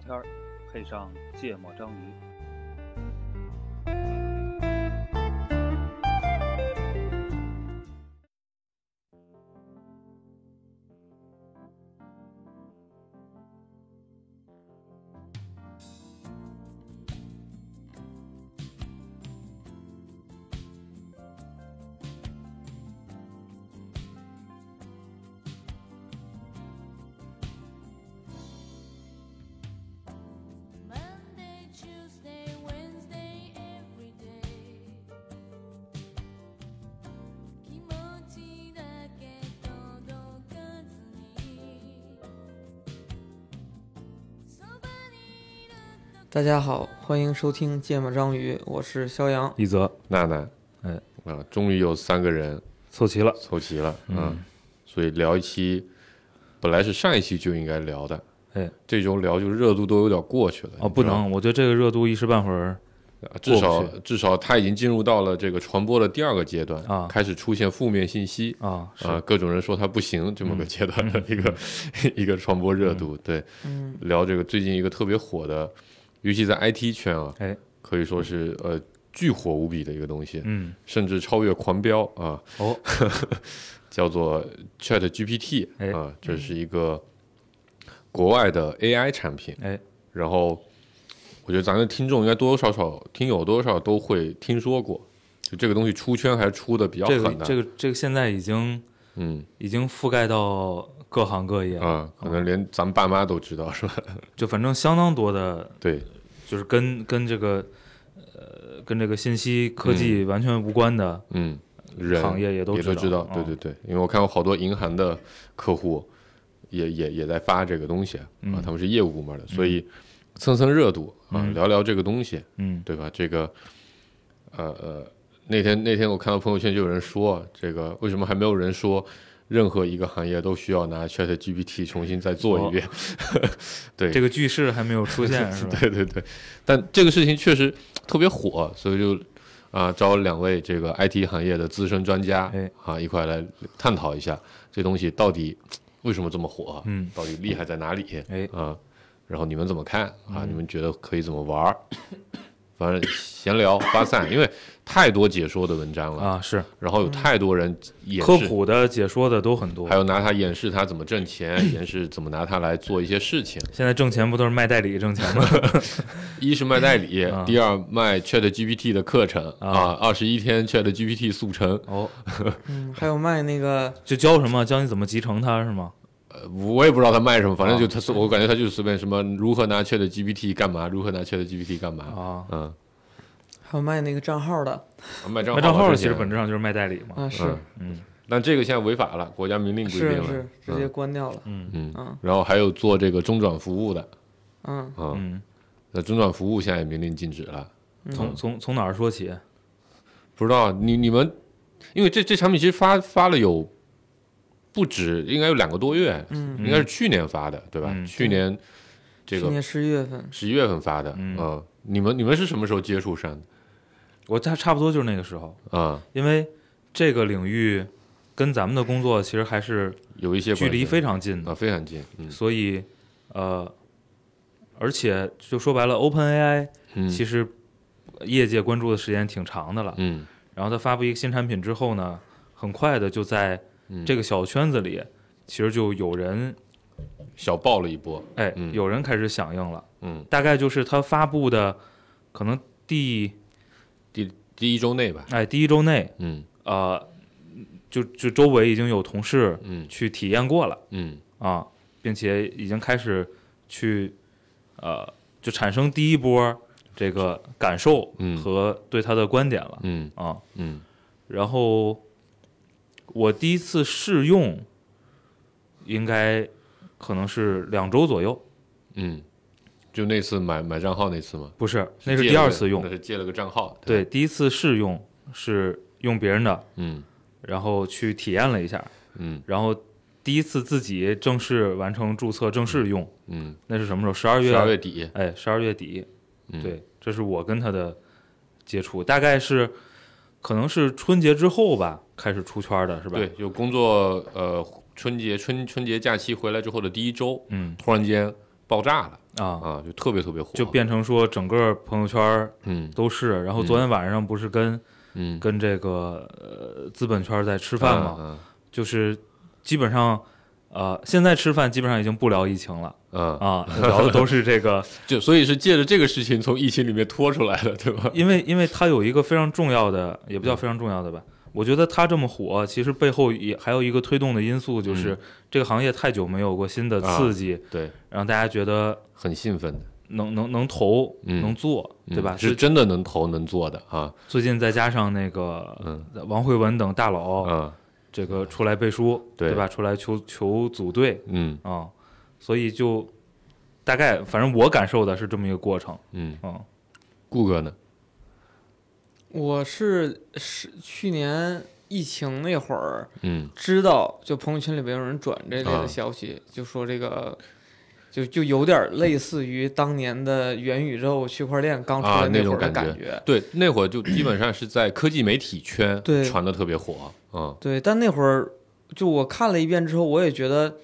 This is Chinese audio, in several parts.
片儿，配上芥末章鱼。 Monday, Tuesday, Wednesday, every day. 気持ちだけ届かずに。そばにいると大家好，欢迎收听《芥末章鱼》，我是肖阳。一泽娜娜，哎，啊，终于有三个人凑齐了，凑齐了，嗯，所以聊一期，本来是上一期就应该聊的，哎，这周聊就热度都有点过去了哦，不，能，我觉得这个热度一时半会儿，你啊知道过至少不去至少它已经进入到了这个传播的第二个阶段啊开始出现负面信息。啊，是嗯啊，各种人说它不行，这么个阶段的一个、 一个传播热度，对，嗯，聊这个最近一个特别火的，尤其在 IT 圈啊，哎，可以说是呃巨火无比的一个东西，嗯，甚至超越狂飙啊，哦，叫做 Chat GPT 哎啊，这是一个国外的 AI 产品。哎，然后我觉得咱的听众应该多多少少、听友多多少少都会听说过，就这个东西出圈还出的比较这狠个的。这个、个这个现在已经嗯已经覆盖到各行各业了，啊，可能连咱们爸妈都知道是吧？就反正相当多的，对，就是跟跟这个呃跟这个信息科技完全无关的，嗯，人行业也都都知道知道，嗯对对对，因为我看过好多银行的客户也也也在发这个东西啊，嗯他们是业务部门的，所以蹭蹭热度啊，嗯聊聊这个东西，嗯对吧？这个，呃呃，那天那天我看到朋友圈就有人说，啊这个为什么还没有人说，任何一个行业都需要拿 Chat GPT 重新再做一遍？对，这个句式还没有出现，是吧？ 对对对，但这个事情确实特别火，所以就啊、招两位这个 IT 行业的资深专家、哎啊一块来探讨一下这东西到底为什么这么火，嗯到底厉害在哪里？哎嗯啊，然后你们怎么看啊？你们觉得可以怎么玩儿？ 反正闲聊发散，因为太多解说的文章了，啊，是然后有太多人演科示，普的解说的都很多还，有拿它演示它怎么 挣钱，演示怎么拿它来做一些事情。现在挣钱不都是卖代理挣钱 吗？一是卖代理啊，第二卖 Chat GPT 的课程啊啊，二十一天 Chat GPT 速成。哦，嗯，还有卖那个就教什么，教你怎么集成它是吗？呃我也不知道他卖什么，反正就啊他是，我感觉他就是随便什么如何拿 Chat GPT 干嘛，如何拿 Chat GPT 干嘛。啊，嗯，还有卖那个账号的卖账卖账号号其实本质质，上就是卖代理嘛。啊，是、嗯嗯，但这个现在违法了，国家明令规是嗯定了。是，直接关掉了。嗯嗯，然后还有做这个中转服务的嗯，啊，嗯，那中转服务现在也明令禁止了。从从从哪儿说起？不知道你你们，因为这这产品其实发发了有不止，应该有两个多月，嗯应该是去年发的，对吧？嗯去年这去个年十一月份，十一月份发的，嗯啊你们你们是什么时候接触上的我差差不多就是那个时候，啊？因为这个领域跟咱们的工作其实还是有一些距离关系非常近的，啊非常近，嗯所以呃，而且就说白了，OpenAI 嗯，其实实业界关注的时间挺长的了。嗯然后它发布一个新产品之后呢，很快的就在嗯这个小圈子里，其实就有人小爆了一波，哎，嗯有人开始响应了。嗯，大概就是它发布的可能第第第一周内吧，哎第一周内，嗯呃，就就周围已经有同事嗯去体验过了嗯啊，并且已经开始去呃就产生第一波这个感受嗯和对他的观点了、嗯啊。嗯然后我第一次试用，应该可能是两周左右，嗯，就那次买买账号那次吗？不是，那是借第了二个次用那。是借了个账号，吧对，，第一次试用是用别人的，嗯然后去体验了一下，嗯然后第一次自己正式完成注册，正式用，嗯，那是什么时候？十二月，十二月底，哎，十二月底，嗯对，这是我跟他的接触，大概是可能是春节之后吧，开始出圈的，是吧？对，，就工作呃春节春春节假期回来之后的第一周，嗯突然间爆炸了啊，啊，就特别特别火，就变成说整个朋友圈儿嗯都是。然后昨天晚上不是跟、嗯跟这个呃资本圈儿在吃饭嘛，嘛就是基本上呃现在吃饭基本上已经不聊疫情了啊，啊，聊的都是这个，就所以是借着这个事情从疫情里面拖出来的，对吧？因为因为它有一个非常重要的，也不叫非常重要的吧。我觉得它这么火，其实背后也还有一个推动的因素，就是嗯这个行业太久没有过新的啊刺激，对，让大家觉得很兴奋的，能能能投、嗯能做，嗯对吧？是最真的能投能做的啊，最近再加上那个嗯王慧文等大佬，啊这个出来背书，对对吧？出来求求组队嗯啊、所以就大概反正我感受的是这么一个过程，嗯，嗯顾哥呢？我是是去年疫情那会儿嗯知道，就朋友圈里边有人转这类啊的消息，就说这个。就就有点类似于当年的元宇宙、区块链刚出啊来那会种儿的感感觉觉，对，那会儿就基本上是在科技媒体圈对传的特别火，嗯对，但那会儿就我看了一遍之后，我也觉得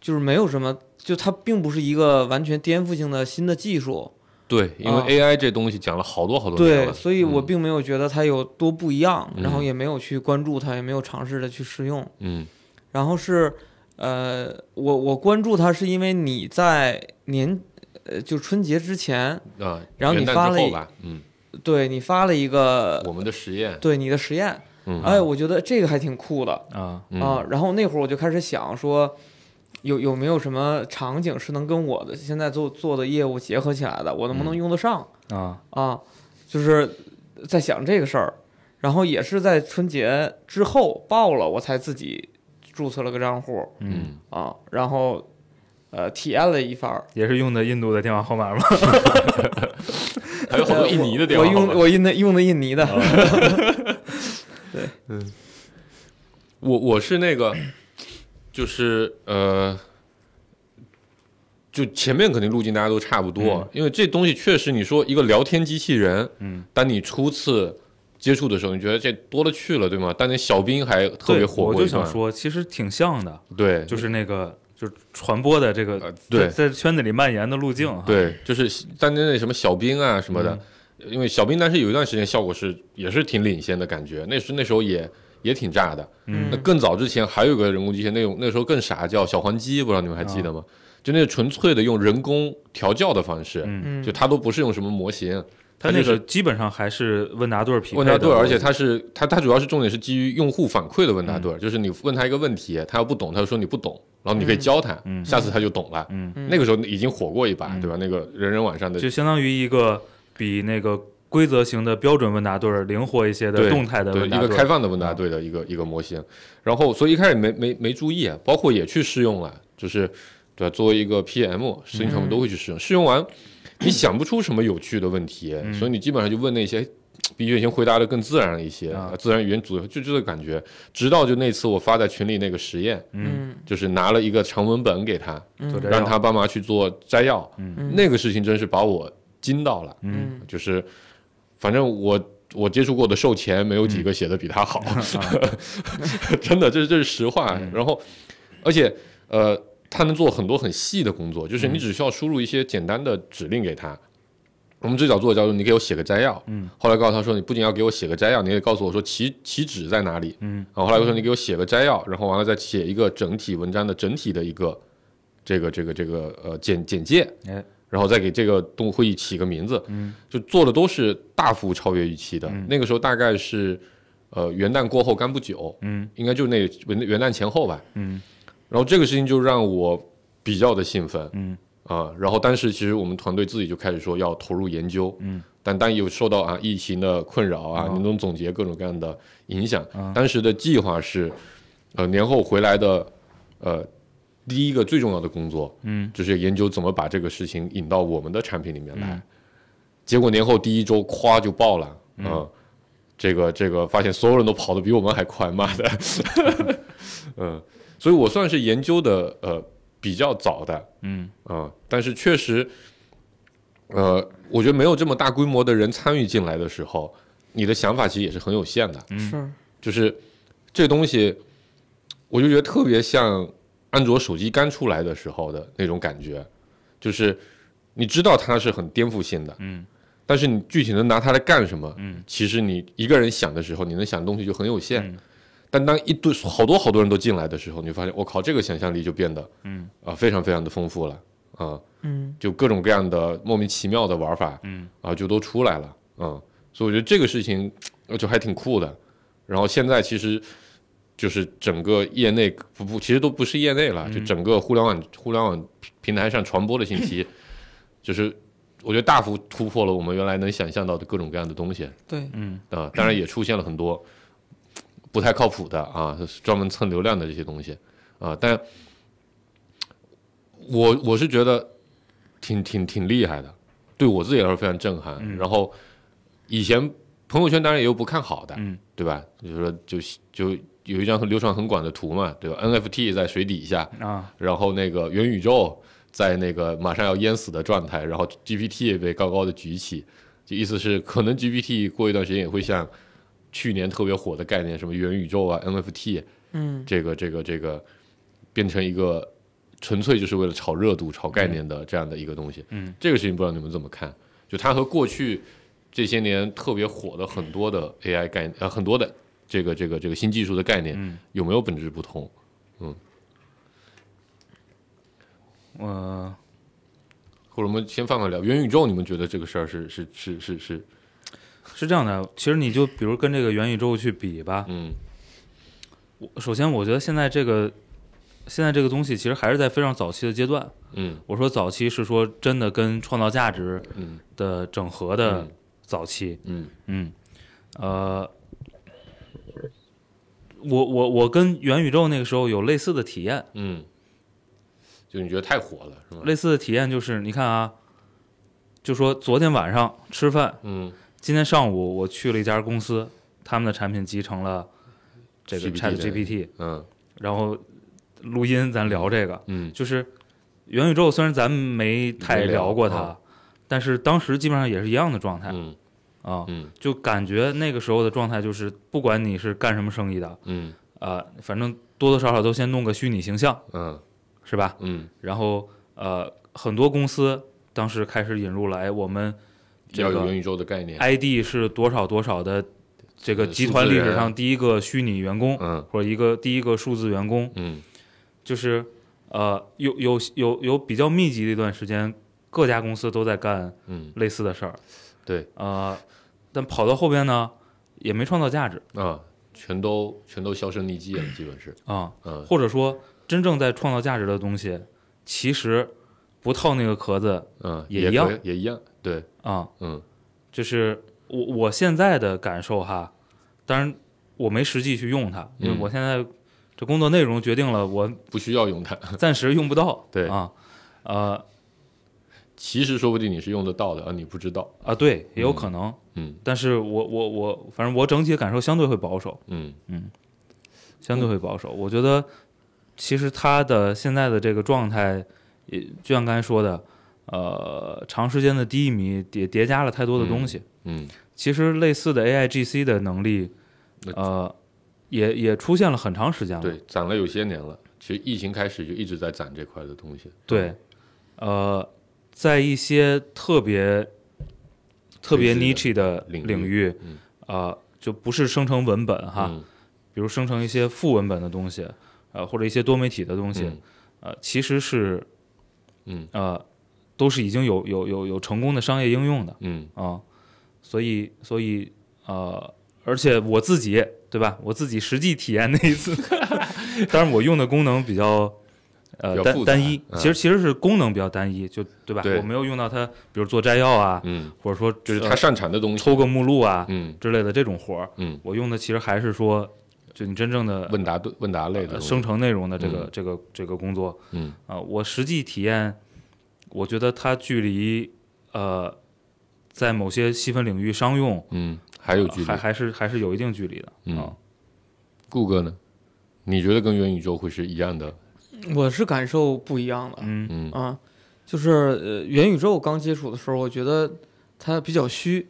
就是没有什么，就它并不是一个完全颠覆性的新的技术，对，因啊为 AI 这东西讲了好多好多年对，了，所以我嗯并没有觉得它有多不一样，然后嗯也没有去关注它，也没有尝试着去试用，嗯然后是呃，我我关注它是因为你在年呃就春节之前，啊，然后你元旦发之了后一吧，嗯，对你发了一个我们的实验，对你的实验，嗯哎，我觉得这个还挺酷的，啊嗯啊，然后那会儿我就开始想说，有有没有什么场景是能跟我的现在做做的业务结合起来的，我能不能嗯用得上、啊啊？就是在想这个事儿，然后也是在春节之后报了，我才自己注册了个账户嗯，嗯，啊，然后呃体验了一番儿。也是用的印度的电话号码嘛，还有好多印啊尼的电我话我号用码。我印的用的印尼的，我我是那个，就是呃，就前面肯定路径大家都差不多，嗯因为这东西确实，你说一个聊天机器人，嗯，当你初次接触的时候，你觉得这多了去了，对吗？当年小兵还特别对火我过就一段想，说，其实挺像的，对，就是那个就是传播的这个、呃对在在圈子里蔓延的路径哈，对，就是当年那什么小兵啊什么的，嗯因为小兵当时有一段时间效果是也是挺领先的感觉，那时那时候也也挺炸的。嗯那更早之前还有个人工机械，那种那时候更傻，叫小黄鸡，不知道你们还记哦得吗？就那个纯粹的用人工调教的方式，嗯，嗯就，它都不是用什么模型，它就那个是基本上还是问答对儿匹配问的答对儿，而且它是它它主要是重点是基于用户反馈的问嗯答对儿，就是你问他一个问题，他要不懂，他就说你不懂，然后你可以嗯教他，嗯下次他就懂了。嗯，嗯那个时候已经火过一把，嗯对吧？那个人人网上的就相当于一个比那个规则型的标准问答对儿灵活一些的对动态的对问答嗯一个对开儿，放的问答队的一个一个模型。然后，所以一开始没没没注意，啊包括也去试用了，就是对吧？作为一个 PM，事情上我们嗯都会去试用。试用完，你想不出什么有趣的问题，嗯所以你基本上就问那些。比原先回答的更自然了一些，啊呃自然语言组合就这个感觉。直到就那次我发在群里那个实验，嗯，嗯就是拿了一个长文本给他，就嗯这让他帮忙去做摘要，嗯那个事情真是把我惊到了。嗯，嗯就是反正我我接触过的售前没有嗯几个写的比他好，啊 真的，这这是实话。嗯然后，而且呃，他能做很多很细的工作，就是嗯你只需要输入一些简单的指令给他。我们最早做的叫做你给我写个摘要，嗯，后来告诉他说你不仅要给我写个摘要，你也得告诉我说起起止在哪里，嗯，然后后来我说你给我写个摘要，然后完了再写一个整体文章的整体的一个这个这个这个呃简简介，哎，然后再给这个动物会议起个名字，嗯，就做的都是大幅超越预期的。嗯那个时候大概是呃元旦过后干不久，嗯应该就那元元旦前后吧。嗯然后这个事情就让我比较的兴奋嗯啊、然后当时其实我们团队自己就开始说要投入研究，嗯，但但有受到啊疫情的困扰啊，哦年终总结各种各样的影响。嗯当时的计划是，呃年后回来的呃第一个最重要的工作嗯就是研究怎么把这个事情引到我们的产品里面来。结果年后第一周，咵就爆了，嗯，这个这个发现所有人都跑得比我们还快，妈的，嗯，所以我算是研究的呃比较早的，嗯啊、但是确实，呃，我觉得没有这么大规模的人参与进来的时候，你的想法其实也是很有限的，是就是这东西，我就觉得特别像安卓手机刚出来的时候的那种感觉，就是你知道它是很颠覆性的，嗯但是你具体能拿它来干什么，嗯其实你一个人想的时候，你能想的东西就很有限。嗯但当一堆好多好多人都进来的时候，你就发现我靠，这个想象力就变得嗯啊、非常非常的丰富了啊、嗯就各种各样的莫名其妙的玩法，嗯啊，就都出来了，嗯，所以我觉得这个事情就还挺酷的。然后现在其实就是整个业内不不，其实都不是业内了，就整个互联网互联网平台上传播的信息，就是我觉得大幅突破了我们原来能想象到的各种各样的东西对，嗯啊，当然也出现了很多不太靠谱的啊，专门蹭流量的这些东西啊，但我我是觉得挺挺挺厉害的，对我自己来说非常震撼。然后以前朋友圈当然也有不看好的，嗯对吧？就是说就就有一张很流传很广的图嘛，对吧？NFT 在水底下，啊然后那个元宇宙在那个马上要淹死的状态，然后 GPT 也被高高的举起，就意思是可能 GPT 过一段时间也会像去年特别火的概念，什么元宇宙啊、NFT 嗯这个这个这个，变成一个纯粹就是为了炒热度、炒概念的这样的一个东西。嗯，这个事情不知道你们怎么看？就它和过去这些年特别火的很多的 AI 概念，呃，很多的这个这个这个新技术的概念、嗯有没有本质不同？呃或者我们先放放聊元宇宙，你们觉得这个事儿是是是是是，是这样的，其实你就比如跟这个元宇宙去比吧，嗯我首先我觉得现在这个现在这个东西其实还是在非常早期的阶段。嗯我说早期是说真的跟创造价值嗯的整合的早期，嗯嗯，呃，我我我跟元宇宙那个时候有类似的体验，嗯，就你觉得太火了是吗？类似的体验就是你看啊，就说昨天晚上吃饭，嗯，今天上午我去了一家公司，他们的产品集成了这个 GPT Chat 这个 GPT，嗯然后录音咱聊这个，嗯就是元宇宙虽然咱们没太没聊聊过它，嗯但是当时基本上也是一样的状态啊、嗯嗯就感觉那个时候的状态就是，不管你是干什么生意的，嗯呃，反正多多少少都先弄个虚拟形象，嗯是吧？嗯，然后呃，很多公司当时开始引入来，我们这要有元个哎宇宙的概念， ID 是多少多少的这个呃集数团字历史人上第一个虚拟员工，嗯或者一个第一个数字员工，嗯就是呃，有有有有比较密集的一段时间，各家公司都在干嗯类似的事儿。对，呃，但跑到后边呢，也没创造价值啊，全都全都销声匿迹了，基本是，啊、嗯或者说真正在创造价值的东西，其实不套那个壳子嗯，也也一样可以也一样，对，啊、嗯就是我我现在的感受哈，当然我没实际去用它，因为嗯我现在这工作内容决定了我 不需 要用它，。暂时用不到对啊，呃其实说不定你是用得到的，啊，你不知道，啊，对，也有可能。嗯但是我我我，反正我整体的感受相对会保守，嗯相对会保守。我觉得其实他的现在的这个状态，也就像刚才说的，呃，长时间的低迷叠叠加了太多的东西。嗯其实类似的 AIGC 的能力，呃，也也出现了很长时间了。对，攒了有些年了，其实疫情开始就一直在攒这块的东西，对，呃，在一些特别特别垂直的 niche 的领域领域嗯，啊，就不是生成文本哈。嗯比如生成一些副文本的东西，呃，或者一些多媒体的东西，嗯呃，其实是，嗯呃，都是已经有有有有成功的商业应用的嗯啊、所以所以呃，而且我自己对吧，我自己实际体验那一次， 当然我用的功能比较。呃，比较单复杂单一，嗯其实其实是功能比较单一，就对吧？对我没有用到它，比如做摘要啊，嗯，或者说就是呃它擅长的东西，抽个目录啊、嗯之类的这种活儿。嗯，我用的其实还是说，就你真正的问答对问答类的呃东西生成内容的这个、嗯这个这个工作嗯啊、呃我实际体验，我觉得它距离呃，在某些细分领域商用嗯，还呃有距离还。还是还是有一定距离的啊、嗯顾哥呢？你觉得跟元宇宙会是一样的？我是感受不一样的，嗯嗯啊，就是呃，元宇宙刚接触的时候，我觉得它比较虚，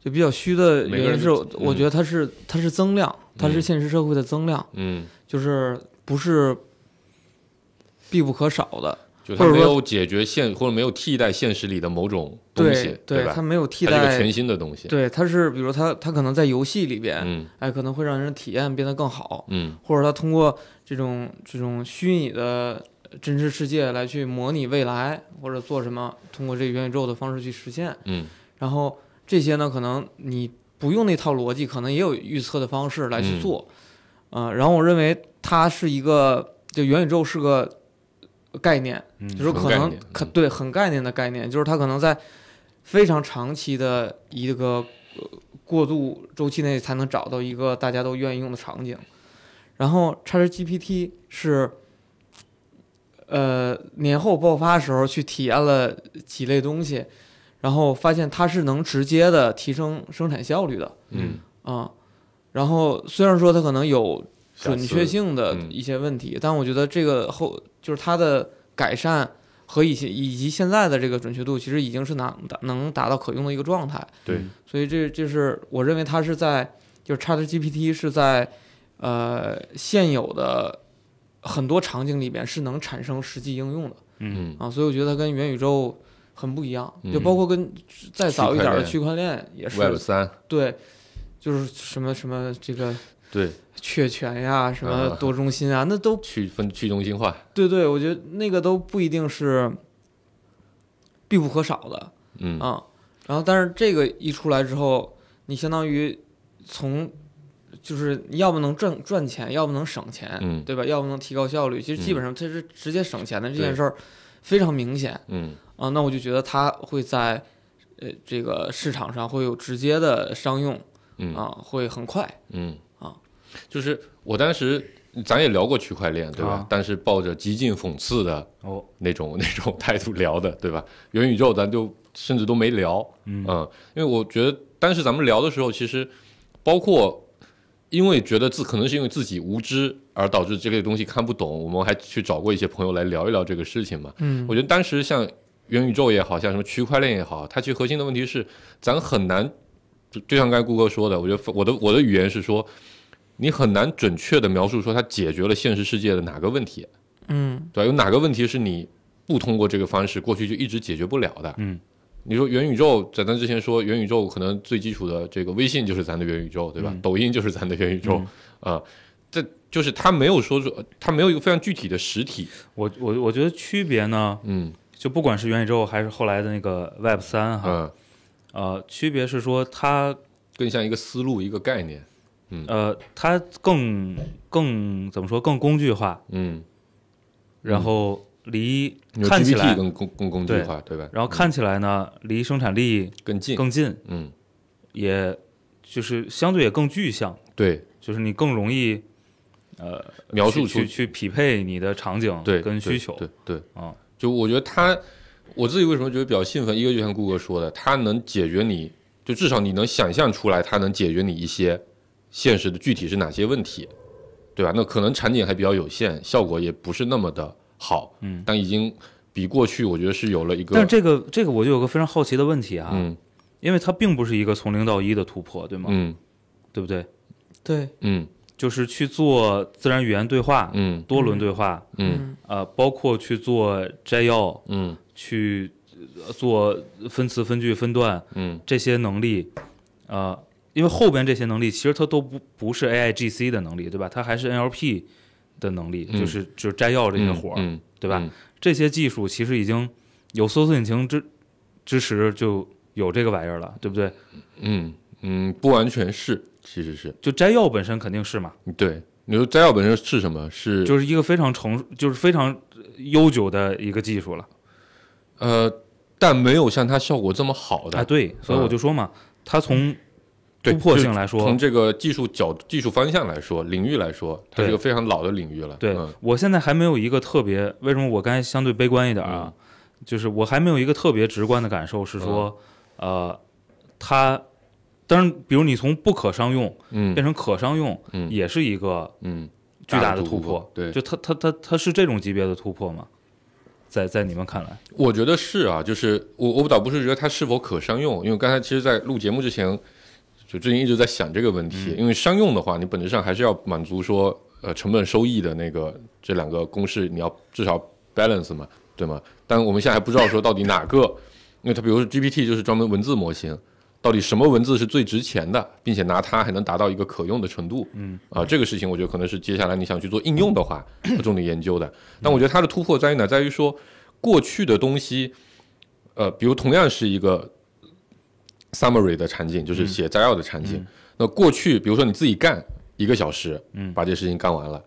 就比较虚的每原个因人是都我，我觉得它是它是增量，它是嗯现实社会的增量，嗯就是不是必不可少的。就它或者没说有解决现或者没有替代现实里的某种东西对，对，它吧？没有替它是个代全，新的东西。对，它是比如它它可能在游戏里边，嗯哎，可能会让人体验变得更好，嗯或者它通过这种这种虚拟的真实世界来去模拟未来，或者做什么，通过这个元宇宙的方式去实现。嗯然后这些呢，可能你不用那套逻辑，可能也有预测的方式来去做。呃，然后我认为它是一个，就元宇宙是个概念，嗯就是说很可概能念可嗯对很概念的概念，就是它可能在非常长期的一个呃过渡周期内才能找到一个大家都愿意用的场景。然后 ChatGPT 是。呃，年后爆发时候去体验了几类东西，然后发现它是能直接的提升生产效率的嗯，啊、然后虽然说它可能有准瑕疵确性的嗯一些问题，但我觉得这个后就是它的改善和以前以及现在的这个准确度，其实已经是拿达能达到可用的一个状态。对，所以这这是我认为它是在就是 Chat GPT 是在呃现有的很多场景里边是能产生实际应用的。嗯嗯啊，所以我觉得它跟元宇宙很不一样，就嗯包括跟再早一点的区区块链也是，Web 三，对，就是什么什么这个对，确权呀，什么啊多中心啊，那都去分去中心化，对对，我觉得那个都不一定是必不可少的嗯啊。然后，但是这个一出来之后，你相当于从就是你要不能赚赚钱，要不能省钱，嗯对吧？要不能提高效率，其实基嗯本上它是直接省钱的这对件事儿非常明显。嗯啊，那我就觉得它会在呃这个市场上会有直接的商用嗯啊，会很快。嗯啊，就是我当时咱也聊过区块链，对吧？啊但是抱着极尽讽刺的哦那种 那种态度聊的，对吧？元宇宙咱就甚至都没聊，嗯因为我觉得当时咱们聊的时候，其实包括因为觉得自可能是因为自己无知而导致这类东西看不懂，我们还去找过一些朋友来聊一聊这个事情嘛。嗯我觉得当时像元宇宙也好像什么区块链也好，它其实核心的问题是，咱很难，就就像刚才顾哥说的，我觉得我的我的语言是说，你很难准确的描述说它解决了现实世界的哪个问题，嗯对吧？有哪个问题是你不通过这个方式过去就一直解决不了的？嗯，你说元宇宙，在咱之前说元宇宙，可能最基础的这个微信就是咱的元宇宙，对吧？抖音就是咱的元宇宙啊、这就是它没有说出，它没有一个非常具体的实体，我我我觉得区别呢，嗯就不管是元宇宙还是后来的那个 Web 三哈，嗯，呃，区别是说它更像一个思路，一个概念，嗯呃它更更怎么说更工具化，嗯，然后离有看起 GPT 来，更工工工具化，对吧？然后看起来呢离生产力更近，更近，嗯，也就是相对也更具象，对，就是你更容易描述出去去去匹配你的场景对跟需求，对对对啊就我觉得它，我自己为什么觉得比较兴奋？一个就像顾哥说的，它能解决你，就至少你能想象出来，它能解决你一些现实的具体是哪些问题，对吧？那可能场景还比较有限，效果也不是那么的好，嗯，但已经比过去我觉得是有了一个，但是这个这个我就有个非常好奇的问题啊，嗯因为它并不是一个从零到一的突破，对吗？嗯对不对？对嗯就是去做自然语言对话、嗯多轮对话，嗯呃，包括去做摘要、嗯去呃做分词、分句、分段嗯这些能力，呃，因为后边这些能力其实它都不不是 AIGC 的能力，对吧？它还是 NLP 的能力，嗯就是就是摘要这些活儿，嗯，对吧？嗯这些技术其实已经有搜索引擎支支持就有这个玩意儿了，对不对？嗯嗯，不完全是，其实是就摘要本身肯定是嘛，对。你说摘要本身是什么？是就是一个非常成，就是非常呃悠久的一个技术了呃，但没有像它效果这么好的嗯啊。对，所以我就说嘛，它从对突破就性来说从，这个技术角、技术方向来说，领域来说，它对是一个非常老的领域了。对嗯我现在还没有一个特别，为什么我刚才相对悲观一点嗯啊？就是我还没有一个特别直观的感受是说，嗯呃，它，当然，比如你从不可商用嗯变成可商用，嗯也是一个嗯，巨大的突破。对，就它它它它是这种级别的突破吗？在在你们看来，我觉得是啊，就是我我倒不是觉得它是否可商用，因为刚才其实，在录节目之前，就最近一直在想这个问题，因为商用的话，你本质上还是要满足说呃成本收益的那个这两个公式，你要至少 balance 嘛。对吗？但我们现在还不知道说到底哪个， 因为它比如说 GPT 就是专门文字模型，到底什么文字是最值钱的，并且拿它还能达到一个可用的程度，嗯啊，这个事情我觉得可能是接下来你想去做应用的话，要重点研究的。但我觉得它的突破在于哪？在于说过去的东西，呃，比如同样是一个 summary 的场景，嗯就是写摘要的场景。那过去，比如说你自己干一个小时，嗯把这事情干完了，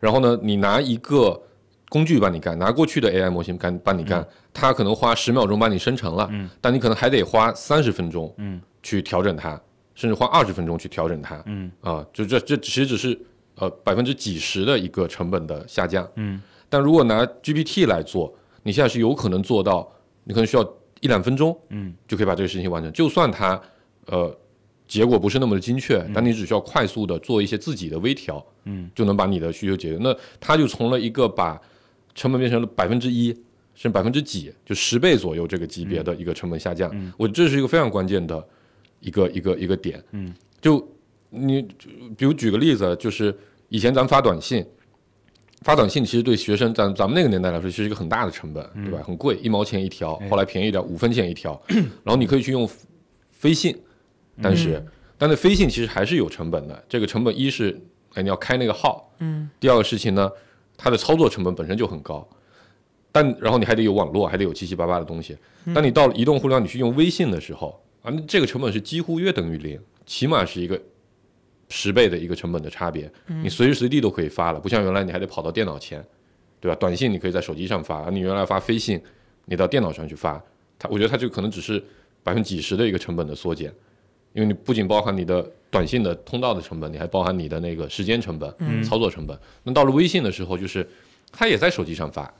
然后呢，你拿一个工具帮你干，拿过去的 AI 模型干帮你干，它可能花十秒钟帮你生成了，嗯但你可能还得花三十分钟，嗯，去调整它，甚至花二十分钟去调整它，嗯，啊，就这这其实只是呃百分之几十的一个成本的下降，嗯，但如果拿 GPT 来做，你现在是有可能做到，你可能需要一两分钟，嗯，就可以把这个事情完成，就算它呃结果不是那么的精确，但你只需要快速的做一些自己的微调，嗯，就能把你的需求解决。那它就从了一个把成本变成了百分之一，甚至百分之几，就十倍左右这个级别嗯的一个成本下降。我觉得这是一个非常关键的一个一个一个点。嗯，就你就比如举个例子，就是以前咱们发短信。发短信其实对学生咱咱们那个年代来说，其实是一个很大的成本，对吧？很贵，一毛钱一条，后来便宜点，五分钱一条。然后你可以去用飞信，但是、但是飞信其实还是有成本的。这个成本一是哎你要开那个号，嗯，第二个事情呢，它的操作成本本身就很高，但然后你还得有网络，还得有七七八八的东西。当你到了移动互联网，你去用微信的时候啊，那这个成本是几乎约等于零，起码是一个。十倍的一个成本的差别，你随时随地都可以发了，不像原来你还得跑到电脑前，对吧？短信你可以在手机上发，你原来发飞信，你到电脑上去发，它我觉得它就可能只是百分之几十的一个成本的缩减，因为你不仅包含你的短信的通道的成本，你还包含你的那个时间成本、操作成本。那到了微信的时候，就是它也在手机上发，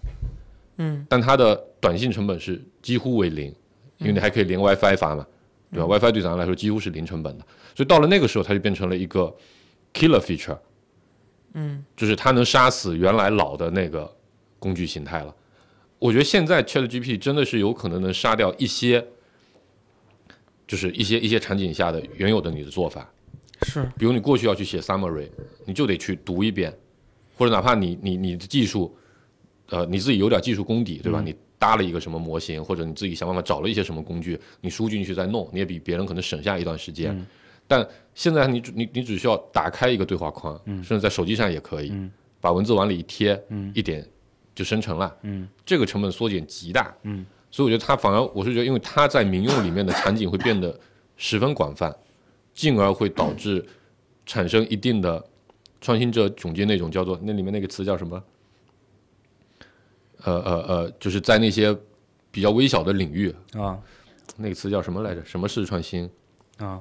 嗯，但它的短信成本是几乎为零，因为你还可以连 WiFi 发嘛，对吧、w i f i 对咱们来说几乎是零成本的，所以到了那个时候，它就变成了一个 killer feature，嗯，就是它能杀死原来老的那个工具形态了。我觉得现在 ChatGPT 真的是有可能能杀掉一些，就是一些一些场景下的原有的你的做法。是比如你过去要去写 summary，你就得去读一遍，或者哪怕你你你的技术，呃，你自己有点技术功底，对吧？你搭了一个什么模型，或者你自己想办法找了一些什么工具，你输进去再弄，你也比别人可能省下一段时间。但现在你只你你只需要打开一个对话框，甚至在手机上也可以，把文字往里一贴，一点就生成了，这个成本缩减极大，所以我觉得它反而我是觉得，因为它在民用里面的场景会变得十分广泛，进而会导致产生一定的创新者总结那种叫做那里面那个词叫什么？呃呃呃，就是在那些比较微小的领域，啊那个词叫什么来着？什么是创新？啊，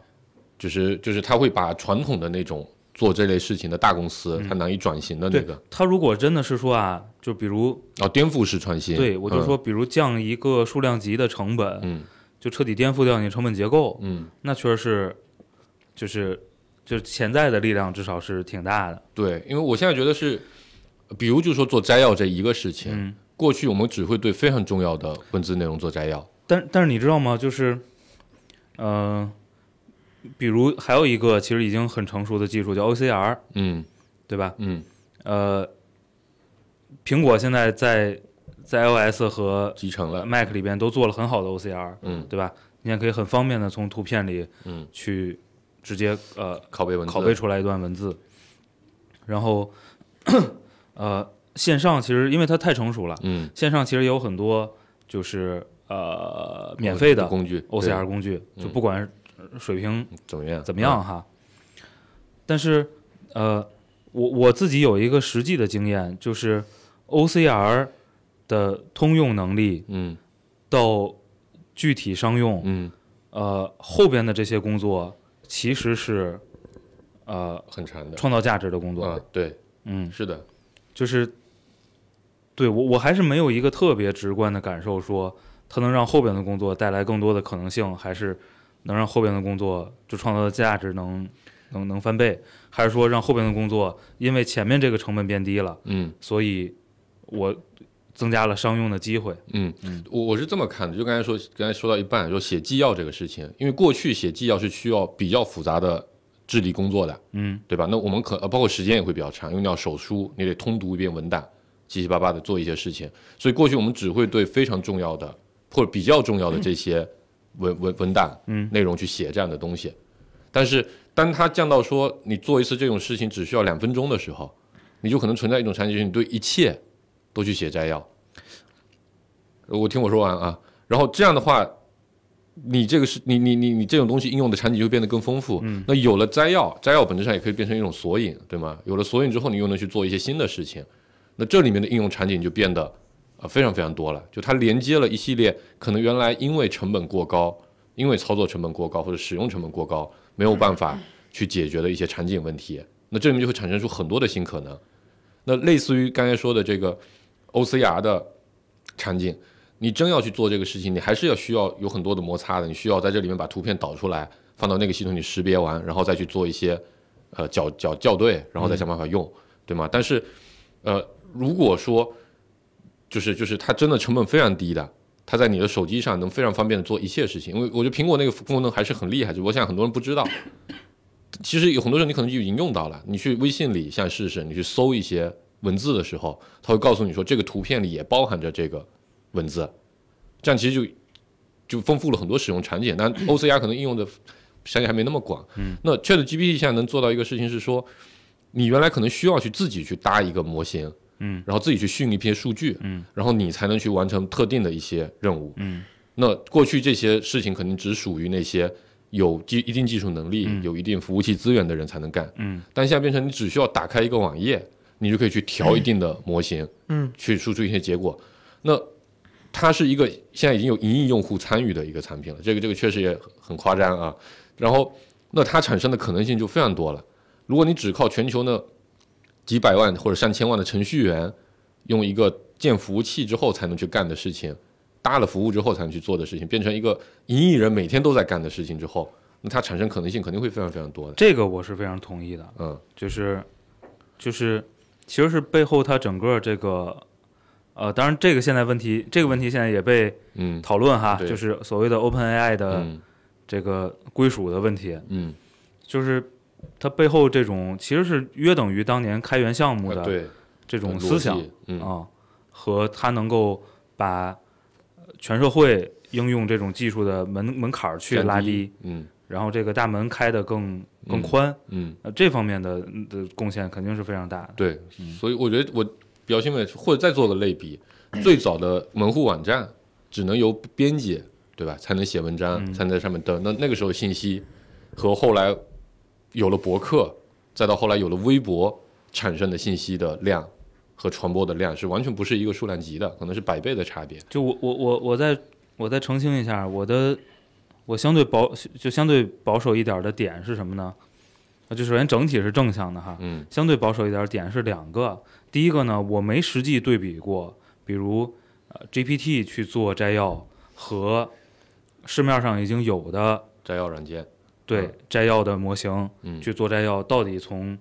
就是就是他会把传统的那种做这类事情的大公司，嗯它难以转型的那对个他如果真的是说啊，就比如哦，颠覆式创新。对我就说，比如降一个数量级的成本，嗯，就彻底颠覆掉你的成本结构，嗯，那确实是，就是就是潜在的力量至少是挺大的，对，因为我现在觉得是，比如就说做摘要这一个事情，嗯过去我们只会对非常重要的文字内容做摘要，但但是你知道吗？就是，呃，比如还有一个其实已经很成熟的技术叫 OCR，嗯对吧？嗯，呃，苹果现在在在 iOS 和集成了， Mac 里边都做了很好的 OCR，嗯对吧？你也可以很方便的从图片里嗯，去直接呃拷贝文字，拷贝出来一段文字，然后 呃线上其实因为它太成熟了，嗯，线上其实有很多就是呃免费的工具 OCR 对工具，就嗯不管是呃水平怎么样？怎么样哈。但是呃，我我自己有一个实际的经验，就是 OCR 的通用能力嗯？到具体商用，嗯嗯，呃，后边的这些工作其实是呃很长的，创造价值的工啊作。，对，嗯，是的，就是对我我还是没有一个特别直观的感受，说它能让后边的工作带来更多的可能性，还是能让后边的工作就创造的价值能能能翻倍，还是说让后边的工作因为前面这个成本变低了，嗯所以我增加了商用的机会。嗯嗯，我我是这么看的，就刚才说，刚才说到一半，说写纪要这个事情，因为过去写纪要是需要比较复杂的智力工作的，嗯对吧？那我们可呃包括时间也会比较长，因为你要手书，你得通读一遍文档，七七八八的做一些事情。所以过去我们只会对非常重要的或者比较重要的这些文文文档、嗯内容去写这样的东西，但是当它降到说你做一次这种事情只需要两分钟的时候，你就可能存在一种场景，就是你对一切都去写摘要。呃我听我说完啊，然后这样的话，你这个是你你你你这种东西应用的场景就变得更丰富。嗯，那有了摘要，摘要本质上也可以变成一种索引，对吗？有了索引之后，你又能去做一些新的事情。那这里面的应用场景就变得呃非常非常多了，就它连接了一系列可能原来因为成本过高、因为操作成本过高或者使用成本过高没有办法去解决的一些场景问题。那这里面就会产生出很多的新可能。那类似于刚才说的这个 OCR 的场景，你真要去做这个事情，你还是要需要有很多的摩擦的，你需要在这里面把图片导出来，放到那个系统里识别完，然后再去做一些呃校校校对，然后再想办法用，对吗？但是呃，如果说就是就是它真的成本非常低的。它在你的手机上能非常方便的做一切事情，因为我觉得苹果那个功能还是很厉害，只不过现在很多人不知道。其实有很多时候你可能就已经用到了，你去微信里像试试，你去搜一些文字的时候，它会告诉你说这个图片里也包含着这个文字，这样其实就就丰富了很多使用场景。 但 OCR 可能应用的场景还没那么广。嗯，那 ChatGPT 现在能做到一个事情是说，你原来可能需要去自己去搭一个模型，嗯，然后自己去训一批数据，嗯，然后你才能去完成特定的一些任务，嗯。那过去这些事情肯定只属于那些有技一定技术能力、有一定服务器资源的人才能干，嗯。但现在变成你只需要打开一个网页，你就可以去调一定的模型，嗯，去输出一些结果。那它是一个现在已经有一亿用户参与的一个产品了，这个这个确实也很夸张啊。然后，那它产生的可能性就非常多了。如果你只靠全球那几百万或者上千万的程序员，用一个建服务器之后才能去干的事情，搭了服务之后才能去做的事情，变成一个一亿人每天都在干的事情之后，那它产生可能性肯定会非常非常多的。这个我是非常同意的。嗯，就是就是其实是背后它整个这个呃，当然这个现在问题这个问题现在也被嗯，讨论哈，对就是所谓的 OpenAI 的嗯这个归属的问题，嗯，就是它背后这种其实是约等于当年开源项目啊的对，这这种思想啊、，嗯，和它能够把全社会应用这种技术的门门槛儿去降拉低低，，嗯然后这个大门开得更更嗯宽，嗯，呃，这方面的的贡献肯定是非常大的。对，嗯所以我觉得我比较欣慰，或者再做个类比，最早的门户网站只能由编辑对吧才能写文嗯章，才能在上面登。那那个时候信息和后来有了博客，再到后来有了微博产生的信息的量和传播的量是完全不是一个数量级的，可能是百倍的差别。就我我我我再我再澄清一下，我的我相对保就相对保守一点的点是什么呢？呃就首先整体是正向的哈，嗯相对保守一点的点是两个。第一个呢，我没实际对比过，比如呃 GPT 去做摘要和市面上已经有的摘要软件，对嗯摘要的模型嗯，去做摘要，到底从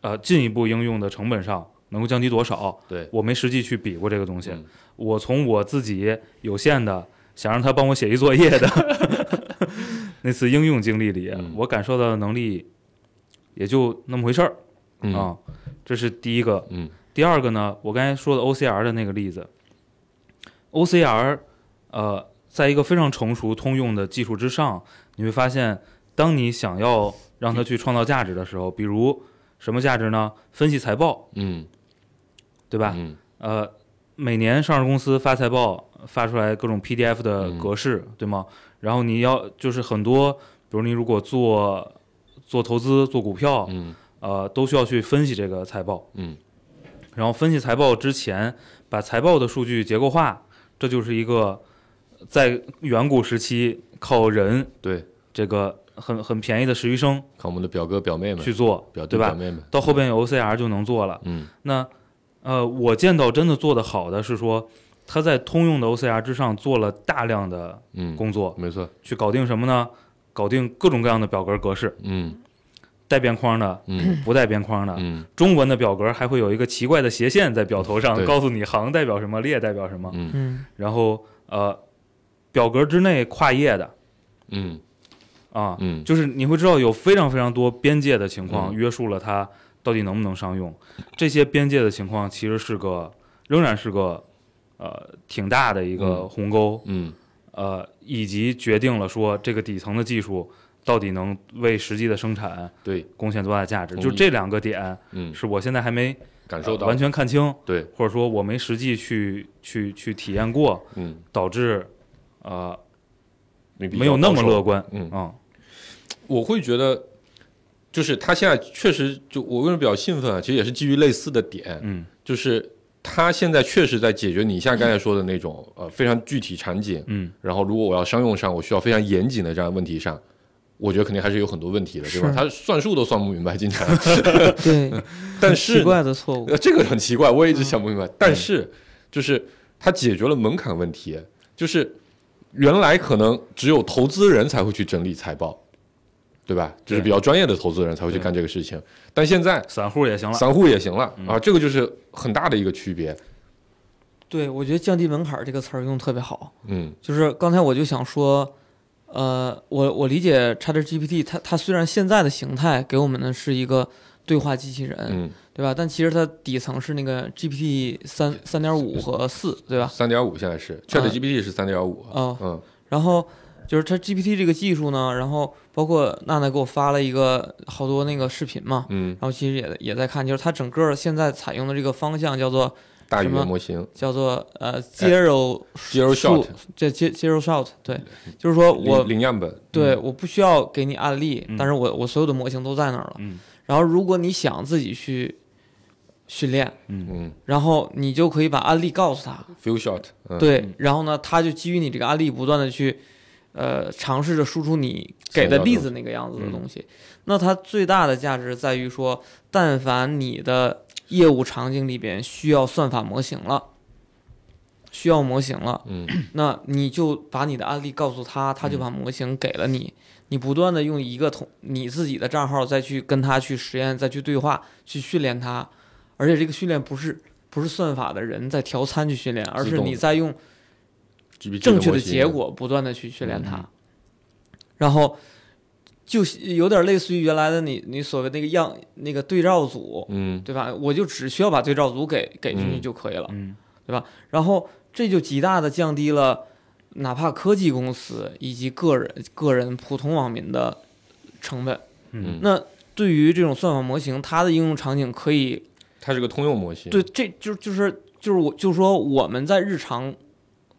呃进一步应用的成本上能够降低多少？对，我没实际去比过这个东西，嗯我从我自己有限的想让他帮我写一作业的 那次应用经历里，嗯我感受到的能力也就那么回事儿嗯啊、这是第一个。嗯第二个呢，我刚才说的 OCR 的那个例子，OCR 呃，在一个非常成熟通用的技术之上，你会发现，当你想要让它去创造价值的时候，比如什么价值呢？分析财报，嗯，对对吧？嗯呃，每年上市公司发财报，发出来各种 PDF 的嗯格式，对吗？然后你要就是很多，比如你如果做做投资、做股票，嗯呃，都需要去分析这个财报。嗯，然后分析财报之前，把财报的数据结构化，这就是一个在远古时期靠人对，这个很很便宜的实习生看我们的表哥表妹们去，做，表弟对表吧？妹们，到后边有 OCR 就能做了。嗯那呃，我见到真的做得好的是说，他在通用的 OCR 之上做了大量的嗯，工作，没错，去搞定什么呢？搞定各种各样的表格格式，嗯带边框的、嗯不带边框的，嗯中文的表格还会有一个奇怪的斜线在表头上，对 告诉你行代表什么，列代表什么。嗯嗯然后呃，表格之内跨页的嗯啊，嗯，就是你会知道有非常非常多边界的情况嗯约束了它到底能不能商用，这些边界的情况其实是个仍然是个呃挺大的一个嗯鸿沟，嗯呃，以及决定了说这个底层的技术到底能为实际的生产对，贡献多大的价值，同意就这两个点嗯，是我现在还没感受呃到完全看清，对，或者说我没实际去去去体验过，嗯，导致呃没必要没有那么到时候乐观，嗯嗯我会觉得，就是他现在确实就我为什么比较兴奋啊？其实也是基于类似的点，嗯就是他现在确实在解决你像刚才说的那种呃非常具体场景，嗯，然后如果我要商用上，我需要非常严谨的这样的问题上。我觉得肯定还是有很多问题的，对吧？是他算数都算不明白，经常。嗯对，但很 是奇怪的错误，呃，这个很奇怪，我也一直嗯想不明白。但是，就是它解决了门槛问题，就是原来可能只有投资人才会去整理财报，对吧？就是对比较专业的投资人才会去干这个事情，但现在散户也行了，散户也行了嗯啊，这个就是很大的一个区别。对我觉得降低门槛儿这个词儿用得特别好。嗯就是刚才我就想说，呃，我我理解 ChatGPT，它它虽然现在的形态给我们的是一个对话机器人，嗯，对吧？但其实它底层是那个 GPT 三三点五和四，对吧？三点五现在是嗯 ChatGPT 是三点五，啊、嗯然后就是它 GPT 这个技术呢，然后包括娜娜给我发了一个好多那个视频嘛，嗯，然后其实也也在看，就是它整个现在采用的这个方向叫做大语什么言模型叫做呃 zero ，Zero 数 Shot，这 ze- zero shot，对，就是说我零零样本，对，嗯我不需要给你案例，嗯但是我我所有的模型都在那儿了。嗯然后如果你想自己去训练，嗯嗯然后你就可以把案例告诉他， ，Few Shot，嗯，对，然后呢，他就基于你这个案例不断的去，呃，尝试着输出你给的例子那个样嗯子的东西。那它最大的价值在于说，但凡你的业务场景里边需要算法模型了。需要模型了，嗯，那你就把你的案例告诉他，他就把模型给了你。你不断的用一个同你自己的账号再去跟他去实验，再去对话，去训练他。而且这个训练不是不是算法的人在调参去训练，而自是动你在用 GPT 正确模的型嗯结，果不断的去训练它。然后就是有点类似于原来的你你所谓那个样那个对照组，嗯对吧？我就只需要把对照组给给进去嗯就可以了。嗯然后这就极大的降低了哪怕科技公司以及个人、个人普通网民的成本。嗯那对于这种算法模型，它的应用场景可以它是个通用模型，对，这就就是就是我就说我们在日常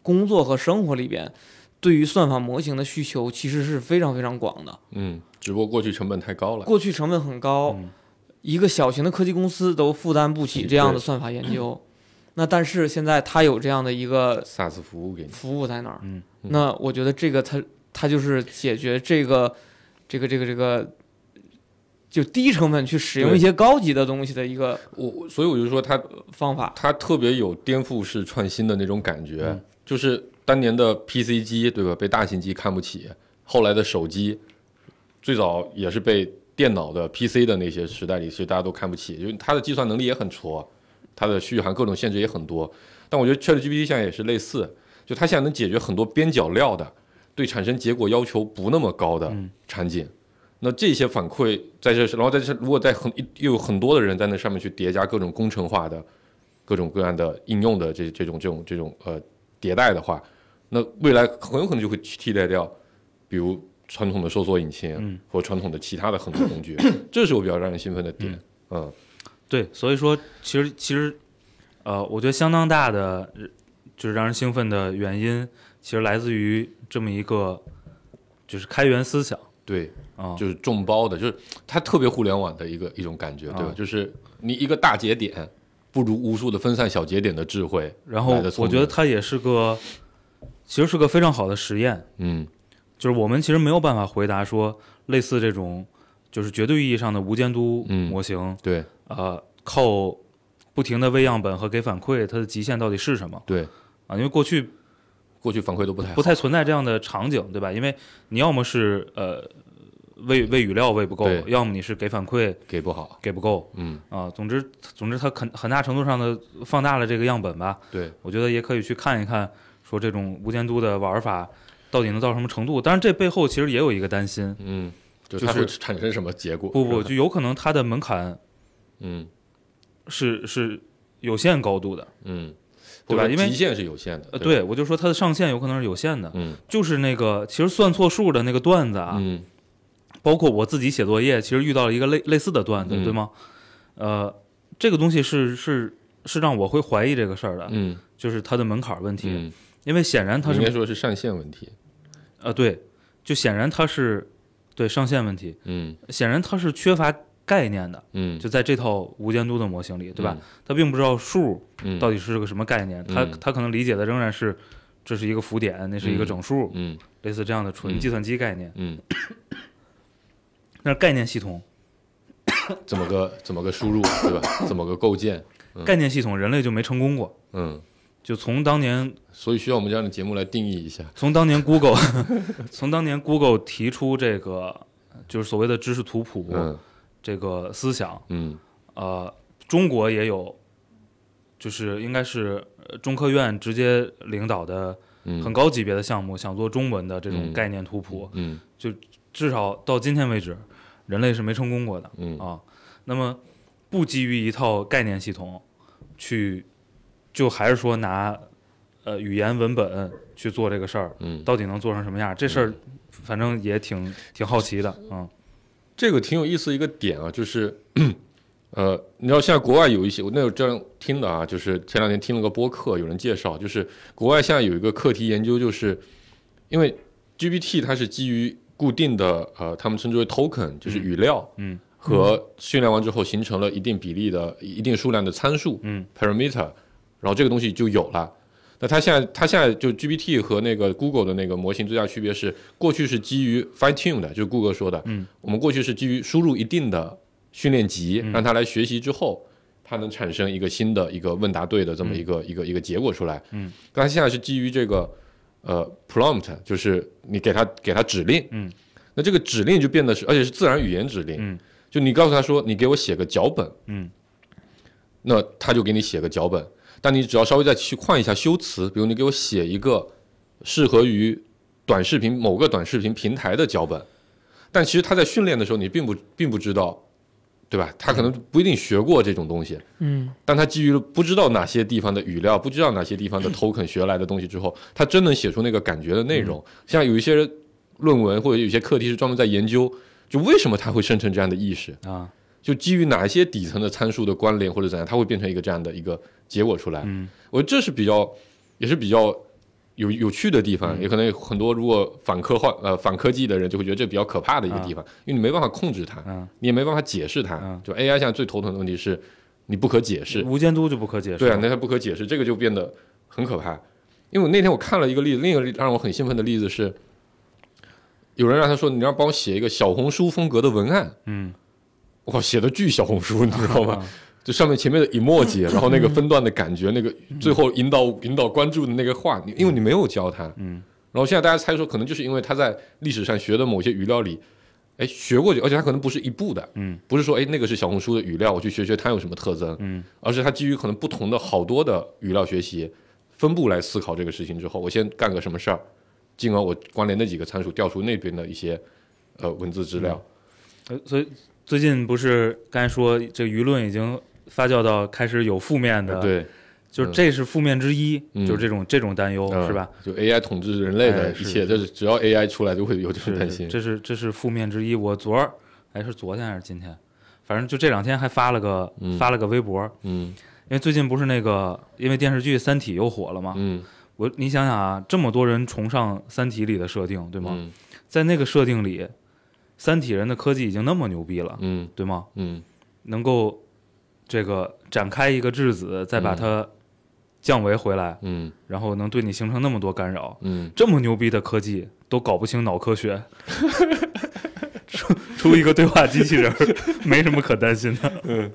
工作和生活里边，对于算法模型的需求其实是非常非常广的。嗯，只不过过去成本太高了，过去成本很高，嗯一个小型的科技公司都负担不起这样的算法研究。那但是现在它有这样的一个 SaaS 服务给你，服务在哪儿？嗯嗯那我觉得这个它它就是解决这个这个这个这个就低成本去使用对一些高级的东西的一个我我所以我就说它方法。它特别有颠覆式创新的那种感觉，嗯就是当年的 PC 机对吧，被大型机看不起，后来的手机，最早也是被电脑的 PC 的那些时代里，其实大家都看不起，因为它的计算能力也很挫，它的续航各种限制也很多。但我觉得 ChatGPT 现在也是类似，就它现在能解决很多边角料的，对产生结果要求不那么高的嗯场景。那这些反馈在这，然后在这，如果在很又有很多的人在那上面去叠加各种工程化的各种各样的应用的这这种这种这种呃迭代的话，那未来很有可能就会去替代掉，比如传统的搜索引擎、嗯或传统的其他的很多工 具，这是我比较让人兴奋的点。嗯对，所以说其实其实呃，我觉得相当大的就是让人兴奋的原因，其实来自于这么一个就是开源思想对，啊，就是众包的，就是它特别互联网的一个一种感觉，对吧？啊就是你一个大节点，不如无数的分散小节点的智慧。然后来得聪我明觉得它也是个其实是个非常好的实验，嗯就是我们其实没有办法回答说类似这种就是绝对意义上的无监督嗯模型，对呃，靠不停的喂样本和给反馈，它的极限到底是什么对，啊？因为过去过去反馈都不太好不太存在这样的场景，对吧？因为你要么是呃喂喂语料喂不够对，要么你是给反馈给不好。给不够嗯，啊、总之，总之它很很大程度上的放大了这个样本吧。对，我觉得也可以去看一看，说这种无监督的玩法到底能到什么程度。当然，这背后其实也有一个担心，嗯，就就它是会产生什么结果？不不，是吧就有可能它的门槛嗯是是有限高度的，嗯，对吧或者因为极限是有限的，呃，对吧，对我就说它的上限有可能是有限的，嗯就是那个其实算错数的那个段子啊，嗯包括我自己写作业，其实遇到了一个类类似的段子，嗯对吗？呃，这个东西是是是让我会怀疑这个事儿的，嗯就是它的门槛儿问题，嗯，因为显啊然它应该是说是上限问题，呃对，就显然它是对上限问题，嗯显然它是缺乏概念的，嗯，就在这套无监督的模型里，对吧嗯？？他并不知道数嗯，到底是个什么概念，他嗯他可能理解的仍然是这是一个浮点，那是一个整数，嗯类似这样的纯嗯计算机概念，嗯，但是概念系统。怎么个怎么个输入，对吧？怎么个构建？概念系统，人类就没成功过。嗯，就从当年所以需要我们这样的节目来定义一下。从当年 Google，从 当年 Google 提出这个就是所谓的知识图谱、嗯这个思想，嗯呃，中国也有，就是应该是呃中科院直接领导的嗯，很高级别的项目，想做中文的这种嗯概念图谱，嗯至少到今天为止，人类是没成功过的嗯啊。那么不基于一套概念系统去，就还是说拿呃语言文本去做这个事儿，嗯，到底能做成什么样？这事儿反正也挺挺好奇的，嗯这个挺有意思的一个点啊，就是， 呃，你知道现在国外有一些，我那有这样听的啊，就是前两天听了个播客，有人介绍，就是国外现在有一个课题研究，就是因为 GPT 它是基于固定的呃，他们称之为 token，就是语料，嗯，和训练完之后形成了一定比例的、一定数量的参数，嗯，parameter，然后这个东西就有了。那它现在，它现在就 GPT 和那个 Google 的那个模型最大区别是，过去是基于 fine tune 的，就是 Google 说的，嗯，我们过去是基于输入一定的训练集，嗯让它来学习之后，它能产生一个新的一个问答对的这么一个、一个一个结果出来，嗯，但它现在是基于这个呃 prompt，就是你给它给它指令，嗯，那这个指令就变得是，而且是自然语言指令，嗯，就你告诉他说你给我写个脚本，嗯，那他就给你写个脚本，但你只要稍微再去换一下修辞，比如你给我写一个适合于短视频某个短视频平台的脚本，但其实他在训练的时候你并不并不知道，对吧？他可能不一定学过这种东西，嗯，但他基于不知道哪些地方的语料，不知道哪些地方的 token 学来的东西之后，他真能写出那个感觉的内容。像有一些论文或者有些课题是专门在研究，就为什么他会生成这样的意识，啊就基于哪一些底层的参数的关联或者怎样，它会变成一个这样的一个结果出来。嗯我觉得这是比较，也是比较有有趣的地嗯方，也可能有很多如果反科幻呃反科技的人就会觉得这比较可怕的一个地方，因为你没办法控制它，嗯，你也没办法解释它。嗯就 AI 现在最头疼的问题是你不可解释，无监督就不可解释，对啊，那它不可解释，这个就变得很可怕。因为我那天我看了一个例子，另一个例让我很兴奋的例子是，有人让他说你让帮我写一个小红书风格的文案，嗯，哇，写的巨小红书，你知道 吗？就上面前面的 emoji，然后那个分段的感觉，那个嗯最后引导引导关注的那个话，你因为你没有教他，嗯，然后现在大家猜说，可能就是因为他在历史上学的某些语料里，哎，学过去，而且他可能不是一步的，嗯，不是说哎那个是小红书的语料，我去学学它有什么特征，嗯，而是它基于可能不同的好多的语料学习分布来思考这个事情之后，我先干个什么事儿，进而我关联那几个参数调出那边的一些呃文字资料，呃所以最近不是刚才说这个舆论已经发酵到开始有负面的，，对，就是这是负面之一，嗯就是这种这种担忧、嗯是吧？？就 AI 统治人类的哎一是切，这是只要 AI 出来就会有这种是担是，心。这是这是负面之一。我昨儿哎是昨天还是今天，反正就这两天还发了个、嗯发了个微博，嗯因为最近不是那个因为电视剧《三体》又火了嘛，嗯，我你想想啊，这么多人崇尚《三体》里的设定，对吗？嗯在那个设定里，三体人的科技已经那么牛逼了，嗯对吗？嗯能够这个展开一个质子，再把它降维回来，嗯然后能对你形成那么多干扰，嗯，这么牛逼的科技都搞不清脑科学，出出一个对话机器人儿，没什么可担心的。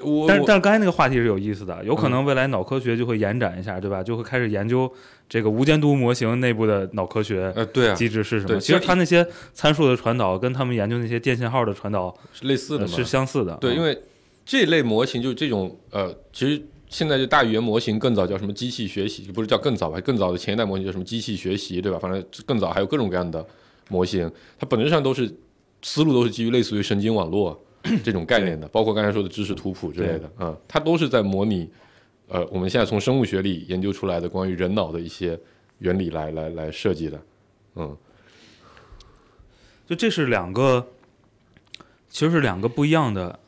我但是我嗯但是刚才那个话题是有意思的，有可能未来脑科学就会延展一下，对吧？就会开始研究这个无监督模型内部的脑科学。呃对啊，机制是什么？对其实像它那些参数的传导跟他们研究那些电信号的传导是类似的呃嘛是，相似的。对，因为为这类模型就这种呃，其实现在就大语言模型更早叫什么机器学习，不是叫更早吧？更早的前一代模型叫什么机器学习，对吧？反正更 早还有各种各样的模型，它本质上都是思路都是基于类似于神经网络。这种概念的，包括刚才说的知识图谱之类的啊、它都是在模拟呃我们现在从生物学里研究出来的关于人脑的一些原理来来来设计的。嗯，就这是两个，其实是两个不一样的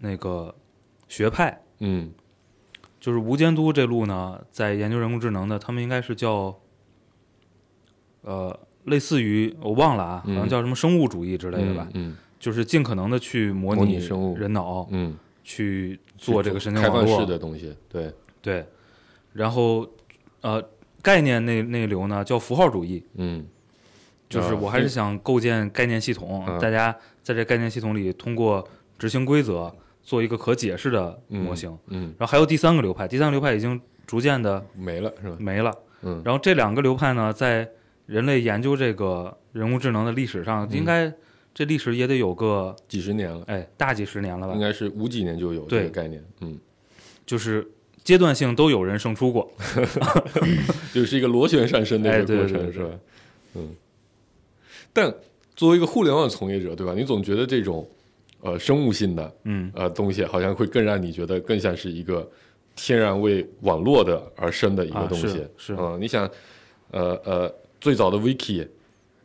那个学派。嗯，就是无监督这路呢，在研究人工智能的，他们应该是叫，呃，类似于我忘了啊，好嗯像叫什么生物主义之类的吧，嗯就是尽可能的去模模拟生物人脑，嗯，去做这个神经开网放络式的东西，对，对，然后呃，概念那那流呢叫符号主义，嗯，啊就是我还是想构建概念系统，嗯大家在这概念系统里通过执行规则做一个可解释的模型。嗯然后还有第三个流派，第三个流派已经逐渐的没了是吧？没了。嗯然后这两个流派呢，在人类研究这个人工智能的历史上，嗯应该这历史也得有个几十年了，哎大几十年了吧应，该是五几年就有对这个概念，嗯，就是阶段性都有人胜出过。就是一个螺旋上升的哎一个对过对程，对是吧？嗯，但作为一个互联网从业者，对吧？你总觉得这种呃生物性的嗯，呃东西，好像会更让你觉得更像是一个天然为网络的而生的一个啊东是西，是嗯、你想，呃呃，最早的 Wiki、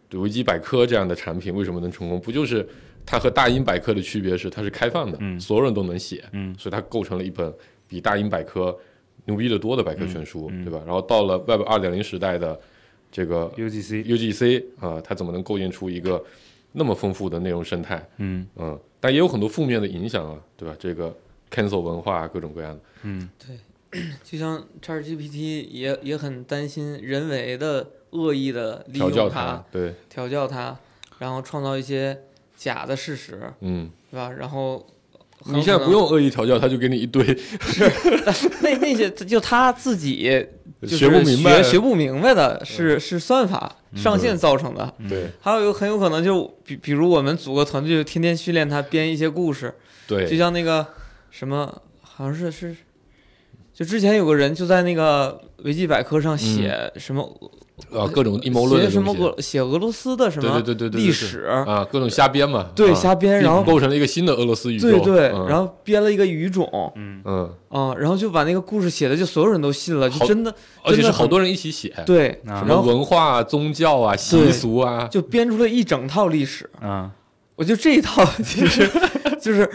对维基百科这样的产品为什么能成功？不就是它和大英百科的区别是它是开放的，嗯所有人都能写，嗯所以它构成了一本比大英百科牛逼得多的百科全书，嗯嗯对吧？然后到了 Web 二点零时代的这个 UGC， UGC 啊、它怎么能构建出一个那么丰富的内容生态？嗯嗯，但也有很多负面的影响啊，对吧？这个 cancel 文化啊各种各样的，嗯，就像 ChatGPT 也也很担心人为的恶意的利调用教它，对，调教它，然后创造一些假的事实，嗯，对吧？然后很有你现在可能不用恶意调教，他就给你一堆 那那些就他自己就是学不明白嗯学学不明白的是是算法上线造成的，对嗯还有一个很有可能就比比如我们组个团队，就天天训练他编一些故事，就对，像那个什么，好像是是，就之前有个人就在那个维基百科上写什么，啊，各嗯种阴谋论写的什么东西，俄写俄罗斯的什么对对对对对对历史，啊，各种瞎编嘛，对啊瞎编，然后构成了一个新的俄罗斯宇宙，对对，嗯然后编了一个语种嗯，啊，然后就把那个故事写的就所有人都信了，就好哎真的嗯而真且是的好很多人一起写，对，啊然什么后文化啊、宗教啊、习对俗啊，就编出了一整套历史。啊，我就这一 套其实就是，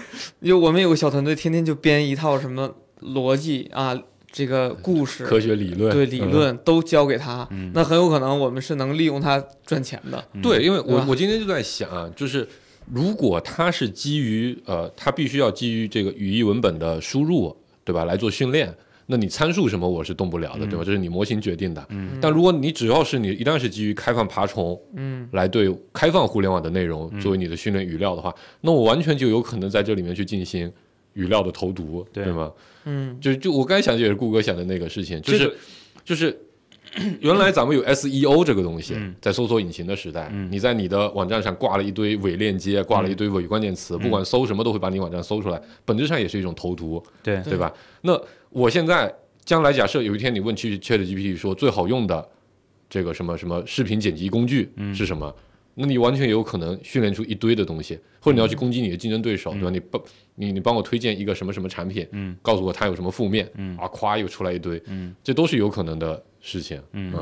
就我们有个小团队，天天就编一套什么逻辑啊，这个故事、科学理论，对理嗯论都交给他，嗯那很有可能我们是能利用它赚钱的。对，因为对我吧我今天就在想啊，就是如果它是基于呃，它必须要基于这个语义文本的输入，对吧，来做训练。那你参数什么我是动不了的，对吧？这是你模型决定的。嗯、但如果你只要是你一旦是基于开放爬虫，嗯，来对开放互联网的内容作为你的训练语料的话，那我完全就有可能在这里面去进行语料的投毒，对吗？嗯，就就我刚才想的也是顾哥想的那个事情，就是、这个就是 原来咱们有 SEO 这个东西，嗯在搜索引擎的时代，嗯你在你的网站上挂了一堆伪链接，挂了一堆伪关键词，嗯不管搜什么都会把你网站搜出来，本质上也是一种投毒，对对吧？那我现在将来假设有一天你问去 ChatGPT 说最好用的这个什么什么视频剪辑工具嗯是什么？那你完全也有可能训练出一堆的东西，或者你要去攻击你的竞争对手，对吧？你帮你你帮我推荐一个什么什么产品，嗯，告诉我它有什么负面，嗯啊，夸又出来一堆，嗯，这都是有可能的事情，嗯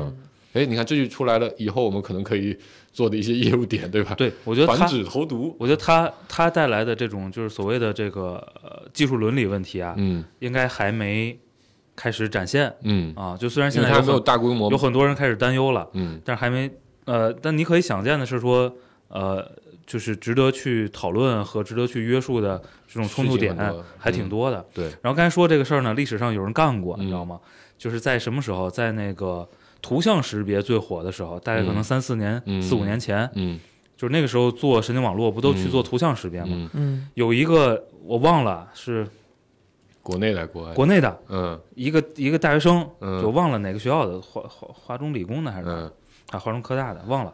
哎，你看这就出来了，以后我们可能可以做的一些业务点，对吧？，对，我觉得他防止投毒，我觉得它它带来的这种就是所谓的这个呃技术伦理问题啊，嗯应该还没开始展现嗯，啊。就虽然因现为在它有没有很大规模有，很多人开始担忧了，嗯但是还没呃，但你可以想见的是说，呃，就是值得去讨论和值得去约束的这种冲突点事情很多还挺多的。对，然后刚才说这个事儿呢，历史上有人干过，嗯你知道吗？就是在什么时候，在那个图像识别最火的时候，大概可能嗯三四年、嗯四五年前，嗯就是那个时候做神经网络不都去嗯做图像识别吗？嗯，嗯有一个我忘了是国内来国外，国内的嗯一个一个大学生，嗯就忘了哪个学校的，华华华中理工的还是哪儿嗯啊华中科大的忘了，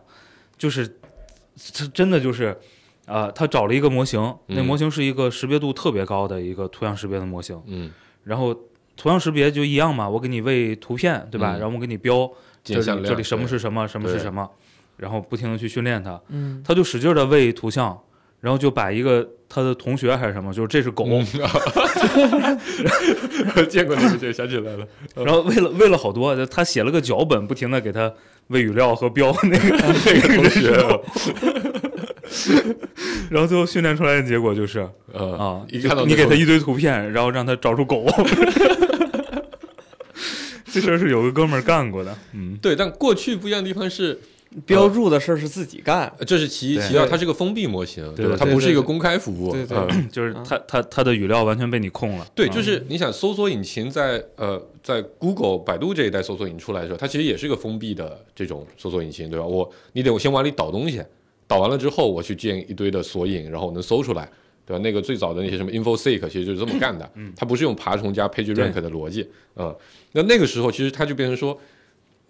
就是这真的就是。啊、他找了一个模型，那嗯模型是一个识别度特别高的一个图像识别的模型，嗯，然后图像识别就一样嘛，我给你喂图片，对吧？嗯然后我给你标这见向里量这里什么对是什么，什么是对什么，然后不停的去训练它，嗯它就使劲的喂图像，然后就把一个他的同学还是什么，就是这是嗯狗， 见过那个，想起来了。然后为了为了好多，啊就他写了个脚本，不停的给他喂语料和标那个那个同学，然后最后训练出来的结果就是呃啊，一看到你那给他种一堆图片，然后让他找出狗。 这事儿是有个哥们儿干过的，嗯，对，但过去不一样的地方是，嗯标注的事儿是自己干，呃这是其一，对其二它是个封闭模型，对吧？对它对不是一个对公开服务。对对呃就是啊他他他的语料完全被你控了，对，啊就是你想搜索引擎在呃在 Google、百度这一代搜索引擎出来的时候，它其实也是一个封闭的这种搜索引擎，对吧？我你得我先往里导东西，导完了之后我去建一堆的索引，然后我能搜出来，对吧？那个最早的那些什么 InfoSeek 其实就是这么干的，它不是用爬虫加 PageRank 的逻辑，嗯，那那个时候其实它就变成说，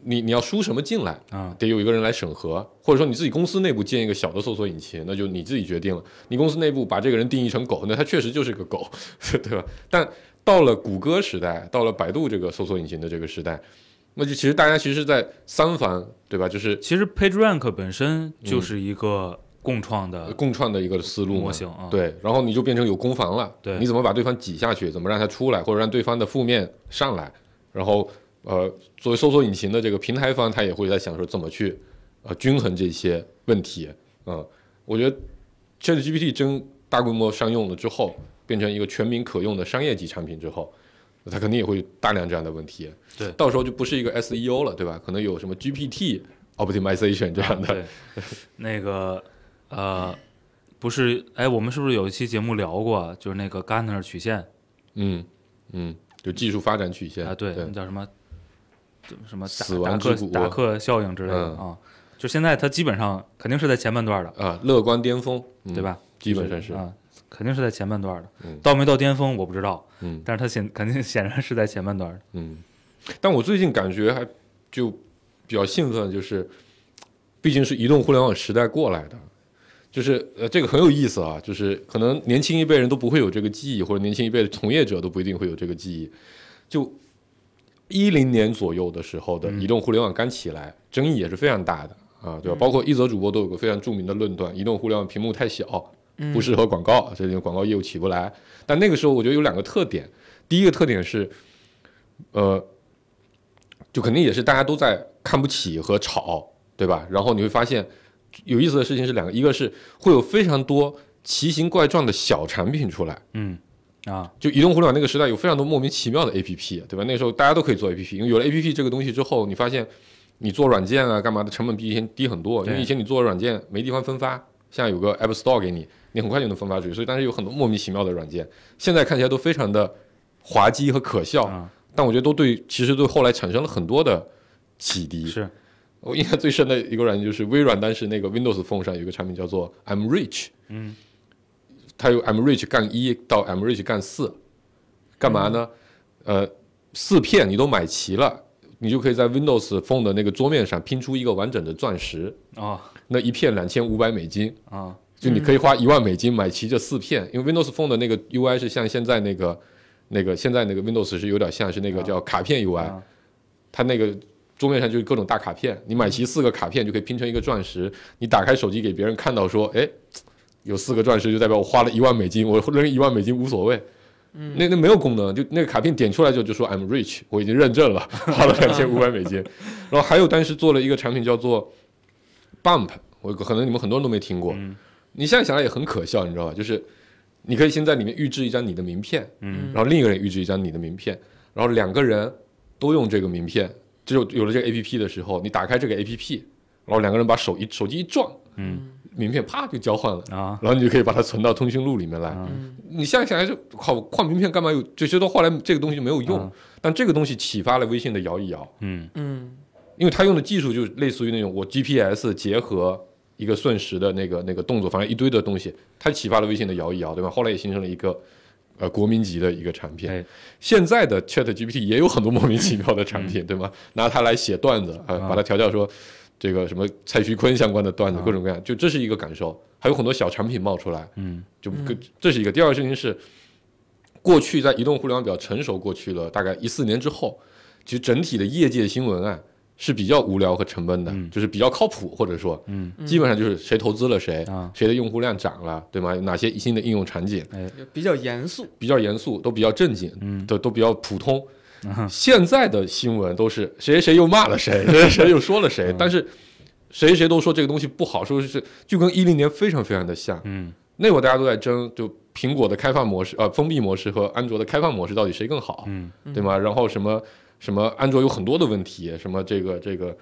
你你要输什么进来，啊，得有一个人来审核，或者说你自己公司内部建一个小的搜索引擎，那就你自己决定了。你公司内部把这个人定义成狗，那他确实就是个狗， 对吧？但到了谷歌时代，到了百度这个搜索引擎的这个时代，那就其实大家其实是在三番，对吧？就是其实 PageRank 本身就是一个共创的呃共创的一个思路嘛模型啊，对，然后你就变成有攻防了。对你怎么把对方挤下去？怎么让他出来，或者让对方的负面上来？然后，呃，作为搜索引擎的这个平台方，他也会在想说怎么去呃均衡这些问题。嗯，我觉得 ChatGPT 真大规模商用了之后，变成一个全民可用的商业级产品之后，它肯定也会大量这样的问题。对到时候就不是一个 SEO 了，对吧？可能有什么 GPT optimization 这样 的。对， 那个呃，不是，哎，我们是不是有一期节目聊过，啊就是那个 Gartner 曲线嗯嗯，就技术发展曲线啊？对，对那叫什么？怎么什么死达亡达克之谷达克效应之类的、嗯啊？就现在它基本上肯定是在前半段的，啊，乐观巅峰，嗯对？吧？基本上是，啊，肯定是在前半段的。嗯到没到巅峰我不知道，嗯但是它显肯定显然是在前半段的。嗯。但我最近感觉还就比较兴奋，就是毕竟是移动互联网时代过来的，就是呃，这个很有意思啊，就是可能年轻一辈人都不会有这个记忆，或者年轻一辈的从业者都不一定会有这个记忆。就一零年左右的时候的移动互联网刚起来，争议也是非常大的啊，对吧？包括一则主播都有个非常著名的论断：移动互联网屏幕太小，不适合广告，所以广告业务起不来。但那个时候我觉得有两个特点，第一个特点是，呃，就肯定也是大家都在看不起和吵，对吧？然后你会发现有意思的事情是两个，一个是会有非常多奇形怪状的小产品出来。嗯，啊，就移动互联网那个时代有非常多莫名其妙的 APP，对吧？那时候大家都可以做 APP，因为有了 APP 这个东西之后，你发现你做软件啊干嘛的成本比以前低很多，因为对以前你做软件没地方分发，现在有个 App Store 给你，你很快就能分发出去，所以当时有很多莫名其妙的软件，现在看起来都非常的滑稽和可笑，嗯但我觉得都对，其实对后来产生了很多的启迪。是我印象最深的一个软件就是微软当时那个 Windows Phone 上有一个产品叫做 I'm Rich，嗯，它有 I'm Rich 杠一到 I'm Rich 杠四，干嘛呢？呃，四片你都买齐了，你就可以在 Windows Phone 的那个桌面上拼出一个完整的钻石，啊那一片两千五百美金，啊，就你可以花一万美金买齐这四片，因为 Windows Phone 的那个 UI 是像现在那个那个现在那个 Windows 是有点像是那个叫卡片 UI，、啊它那个桌面上就是各种大卡片，你买齐四个卡片就可以拼成一个钻石，你打开手机给别人看到说，哎，有四个钻石就代表我花了一万美金，我扔一万美金无所谓。那那没有功能，就那个卡片点出来就就说 I'm rich，我已经认证了，花了两千五百美金。然后还有当时做了一个产品叫做 Bump，我可能你们很多人都没听过，你现在想来也很可笑，你知道吧？就是你可以先在里面预置一张你的名片，嗯，然后另一个人预置一张你的名片，然后两个人都用这个名片，只有有了这个 A P P 的时候，你打开这个 A P P，然后两个人把手一手机一撞，嗯，名片啪就交换了，啊，然后你就可以把它存到通讯录里面来。嗯你现在想想就靠换名片干嘛有？就觉得后来这个东西就没有用，嗯但这个东西启发了微信的摇一摇，嗯嗯因为它用的技术就是类似于那种我 GPS 结合一个瞬时的那个那个动作，反正一堆的东西，它启发了微信的摇一摇，对吧？后来也形成了一个呃国民级的一个产品。哎现在的 Chat GPT 也有很多莫名其妙的产品，对吗？拿它来写段子，呃，啊把它调教说这个什么蔡徐坤相关的段子，各种各样，就这是一个感受。还有很多小产品冒出来，嗯，就跟这是一个。第二个事情是，过去在移动互联网比较成熟，过去了大概一四年之后，其实整体的业界新闻啊，是比较无聊和沉闷的，嗯就是比较靠谱，或者说嗯基本上就是谁投资了谁，啊谁的用户量涨了，对吗？有哪些新的应用场景就比较严肃，比较严肃，都比较正经，嗯都都比较普通。现在的新闻都是谁谁谁又骂 了谁，谁谁谁又说了嗯谁，但是谁谁都说这个东西不好，说是就跟一零年非常非常的像。嗯那会儿大家都在争，就苹果的开放模式、呃封闭模式和安卓的开放模式到底谁更好，嗯对吗？然后什么什么安卓有很多的问题，什么这个这个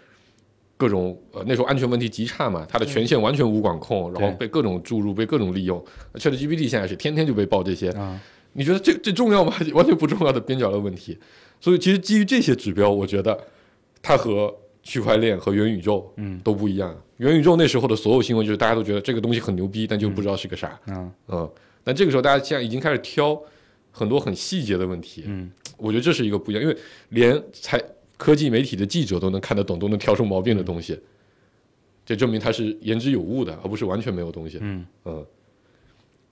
各种呃那时候安全问题极差嘛，它的权限完全无管控，然后对被各种注入、被各种利用。ChatGPT 现在是天天就被爆这些，啊你觉得这这重要吗？ 完全不重要的边角料问题。所以其实基于这些指标，我觉得它和区块链和元宇宙嗯都不一样。元宇宙那时候的所有新闻就是大家都觉得这个东西很牛逼，但就不知道是个啥。嗯啊嗯，但这个时候大家现在已经开始挑很多很细节的问题，嗯我觉得这是一个不一样，因为连财科技媒体的记者都能看得懂，都能挑出毛病的东西，这证明它是言之有物的，而不是完全没有东西。嗯，嗯，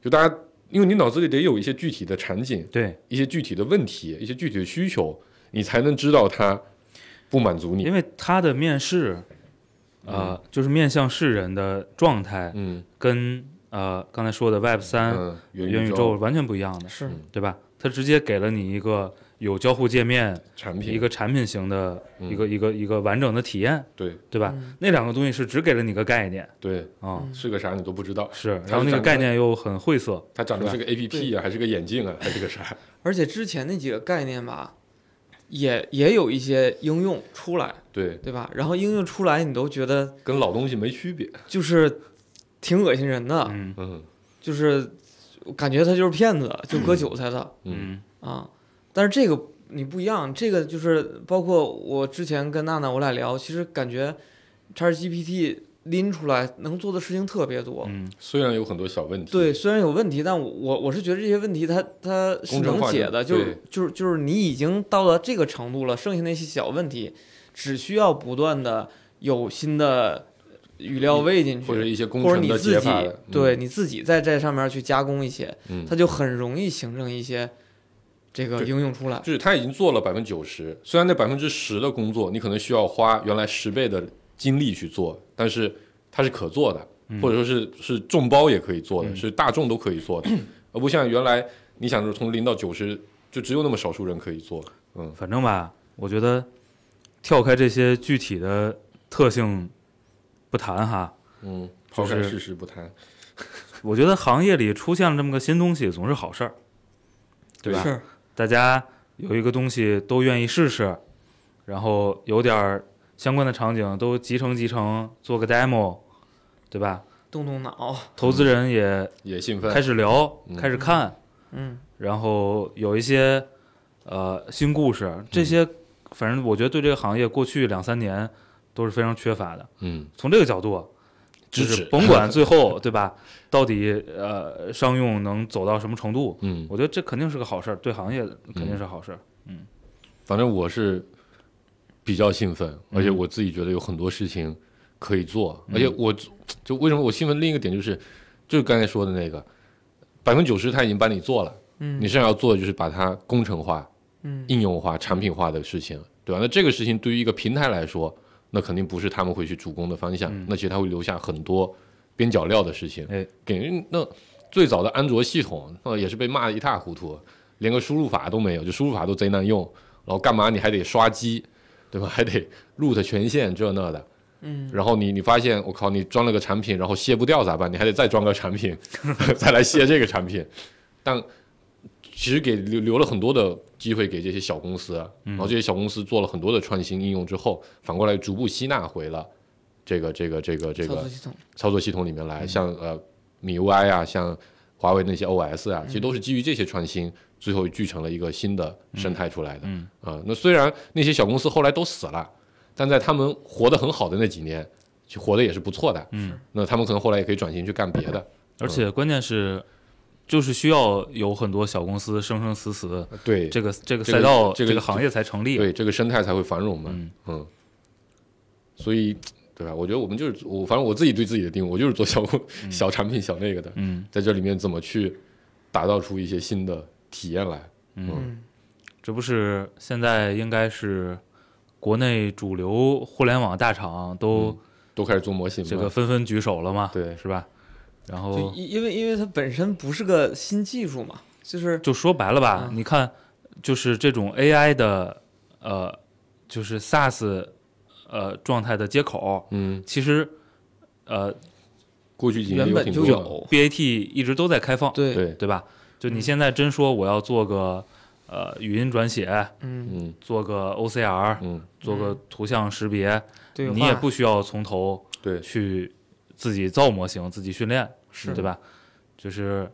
就大家，因为你脑子里得有一些具体的场景、对，一些具体的问题、一些具体的需求，你才能知道它不满足你。因为他的面试，呃，就是面向世人的状态，嗯跟呃刚才说的 Web 三、嗯，元宇宇宙完全不一样的，是对吧？他直接给了你一个有交互界面、产品一个产品型的嗯一个一个一个完整的体验，对对吧？那两个东西是只给了你个概念对啊，是个啥你都不知道，是，嗯是然后那个展开概念又很晦涩，它长得是是个 A P P 啊，还是个眼镜啊，还是个啥？而且之前那几个概念吧，也也有一些应用出来，对，对吧？然后应用出来，你都觉得跟老东西没区别。就是挺恶心人的，嗯嗯就是感觉他就是骗子，就割韭菜的、嗯嗯啊。但是这个你不一样，这个就是包括我之前跟娜娜我俩聊，其实感觉 ChatGPT 拎出来能做的事情特别多。嗯，虽然有很多小问题，对，虽然有问题，但我我我是觉得这些问题它它是工程能化解就的，就是对就是就是你已经到了这个程度了，剩下那些小问题，只需要不断的有新的语料喂进去，或者一些工或者程你的自解己法的，嗯对，你自己在这上面去加工一些，嗯它就很容易形成一些这个对应用出来。就是他已经做了百分之九十，虽然那百分之十的工作你可能需要花原来十倍的精力去做，但是它是可做的，嗯或者说是是众包也可以做的，是大众都可以做的，而不像原来你想着从零到九十就只有那么少数人可以做，嗯反正吧，我觉得跳开这些具体的特性不谈哈，嗯，就抛是开事实不谈，我觉得行业里出现了这么个新东西总是好事儿，对吧？是，大家有一个东西都愿意试试，然后有点儿相关的场景都集成集成做个 demo，对吧？动动脑，投资人也也兴开奋，始聊，嗯开始看，嗯，然后有一些呃新故事，这些反正我觉得对这个行业过去两三年都是非常缺乏的。嗯，从这个角度，啊就支是持，甭 管最后对吧，到底呃商用能走到什么程度，嗯，我觉得这肯定是个好事儿，对行业肯定是好事儿。反正我是比较兴奋，嗯而且我自己觉得有很多事情可以做，而且我就为什么我兴奋？另一个点就是，就是刚才说的那个，百分之九十他已经帮你做了，嗯你剩下要做的就是把它工程化、嗯应用化、产品化的事情，对吧？那这个事情对于一个平台来说，那肯定不是他们会去主攻的方嗯向，那其实他会留下很多边角料的事情，哎给人那最早的安卓系统，那也是被骂得一塌糊涂，连个输入法都没有，就输入法都贼难用，然后干嘛你还得刷机，对吧？ 还得 root 权限这那的。嗯，然后你你发现我靠，你装了个产品，然后卸不掉咋办？你还得再装个产品， 再来卸这个产品。但其实给留留了很多的机会给这些小公司，啊然后这些小公司做了很多的创新应用之后，反过来逐步吸纳回了这个这个这个这操个作系统，操作系统里面嗯来，像呃米 UI 啊，像华为那些 OS 嗯啊，其实都是基于这些创新，最后聚成了一个新的生态出来的。嗯啊，那虽然那些小公司后来都死了，但在他们活得很好的那几年，其实活得也是不错的。嗯，那他们可能后来也可以转型去干别的。而且关键是，就是需要有很多小公司生生死死，对，这个这个这个赛道这个个行业才成立。啊对这个生态才会繁荣嘛。嗯嗯，所以对吧？我觉得我们就是我，反正我自己对自己的定位，我就是做小公小产品、小那个的，嗯在这里面怎么去打造出一些新的体验来。嗯，嗯，这不是现在应该是国内主流互联网大厂都都开始做模型这个了。纷纷举手了嘛，嗯对是吧？然哦就后因因为因为它本身不是个新技术嘛，就是就说白了吧，嗯你看，就是这种 AI 的呃，就是 SaaS 呃状态的接口，嗯，其实呃过去几年原有本挺就多的。有， BAT 一直都在开放，对，对，对吧？就你嗯现在真说我要做个呃语音转写，嗯，嗯做个 OCR，嗯，做个嗯图像识别，对话，你也不需要从头对，去自己造模型、自己训练，是对吧？就是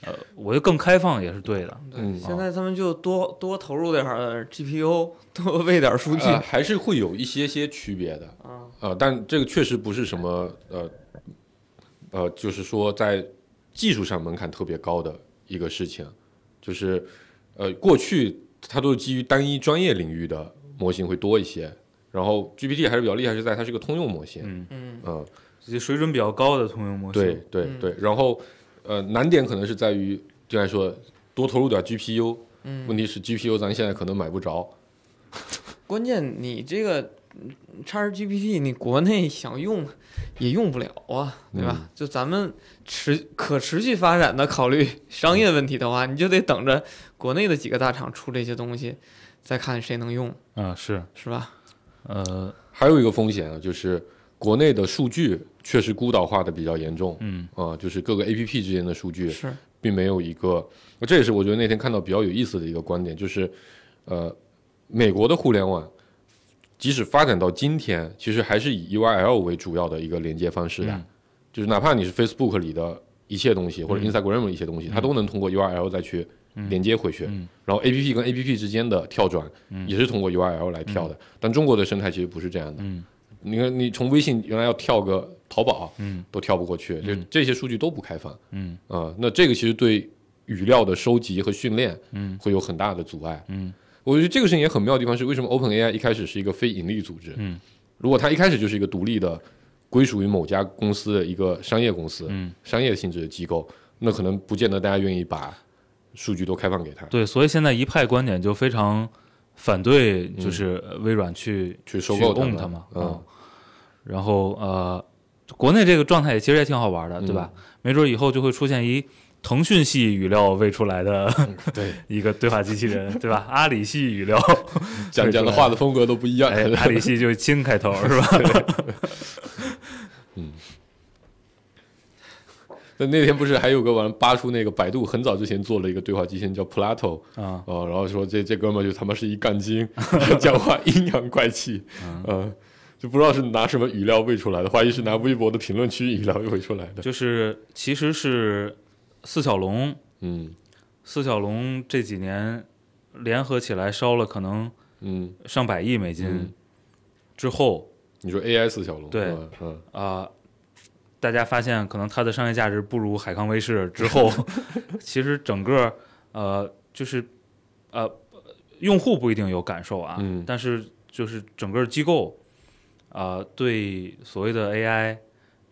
呃，我觉得更开放也是对的，对嗯现在他们就多多投入点儿 GPU，多喂点儿数据，呃还是会有一些些区别的。啊，啊，但这个确实不是什么呃呃，就是说在技术上门槛特别高的一个事情，就是呃，过去它都是基于单一专业领域的模型会多一些，然后 GPT 还是比较厉害，是在它是个通用模型，嗯，嗯，嗯，这些水准比较高的通用模型，对对嗯对，然后呃，难点可能是在于就像说多投入点 GPU，嗯问题是 GPU 咱现在可能买不着，关键你这个嗯 XGPT 你国内想用也用不了啊，对嗯吧？就咱们持可持续发展的考虑商业问题的话，你就得等着国内的几个大厂出这些东西，再看谁能用，嗯，是，是吧？呃，还有一个风险啊，就是国内的数据确实孤岛化的比较严重。嗯，啊、就是各个 A P P 之间的数据是，并没有一个，这也是我觉得那天看到比较有意思的一个观点，就是呃，美国的互联网即使发展到今天，其实还是以 U R L 为主要的一个连接方式的，嗯就是哪怕你是 Facebook 里的一切东西或者 Instagram 的一些东西，它都能通过 U R L 再去连接回去，嗯然后 A P P 跟 A P P 之间的跳转也是通过 U R L 来跳的，但中国的生态其实不是这样的，嗯你看，你从微信原来要跳个淘宝，嗯，都跳不过去，就这些数据都不开放，嗯啊、那这个其实对语料的收集和训练，嗯，会有很大的阻碍，嗯，我觉得这个事情也很妙的地方是，为什么 OpenAI 一开始是一个非盈利组织，嗯，如果它一开始就是一个独立的，归属于某家公司的一个商业公司，嗯，商业性质的机构，那可能不见得大家愿意把数据都开放给他，对，所以现在一派观点就非常反对，就是微软去、嗯去收购它 own 们它嘛，嗯啊然后呃，国内这个状态其实也挺好玩的，对吧？嗯没准以后就会出现一腾讯系语料喂出来的 对， 一个对话机器人，对吧？阿里系语料，讲讲的话的风格都不一样，哎，阿 里系就是亲开头是吧？那那天不是还有个玩扒出那个百度很早之前做了一个对话机器人叫 Plato 啊，哦，然后说这这哥们儿就他妈是一杠 精，讲话阴阳怪气，嗯、就不知道是拿什么语料喂出来的，怀疑是拿微博的评论区语料喂出来的。就是其实是四小龙，嗯四小龙这几年联合起来烧了可能嗯，上百亿美金嗯之后。你说 AI 四小龙对是吧嗯，啊、大家发现可能它的商业价值不如海康威视之 后，其实整个呃就是呃用户不一定有感受啊，嗯但是就是整个机构啊、呃对所谓的 AI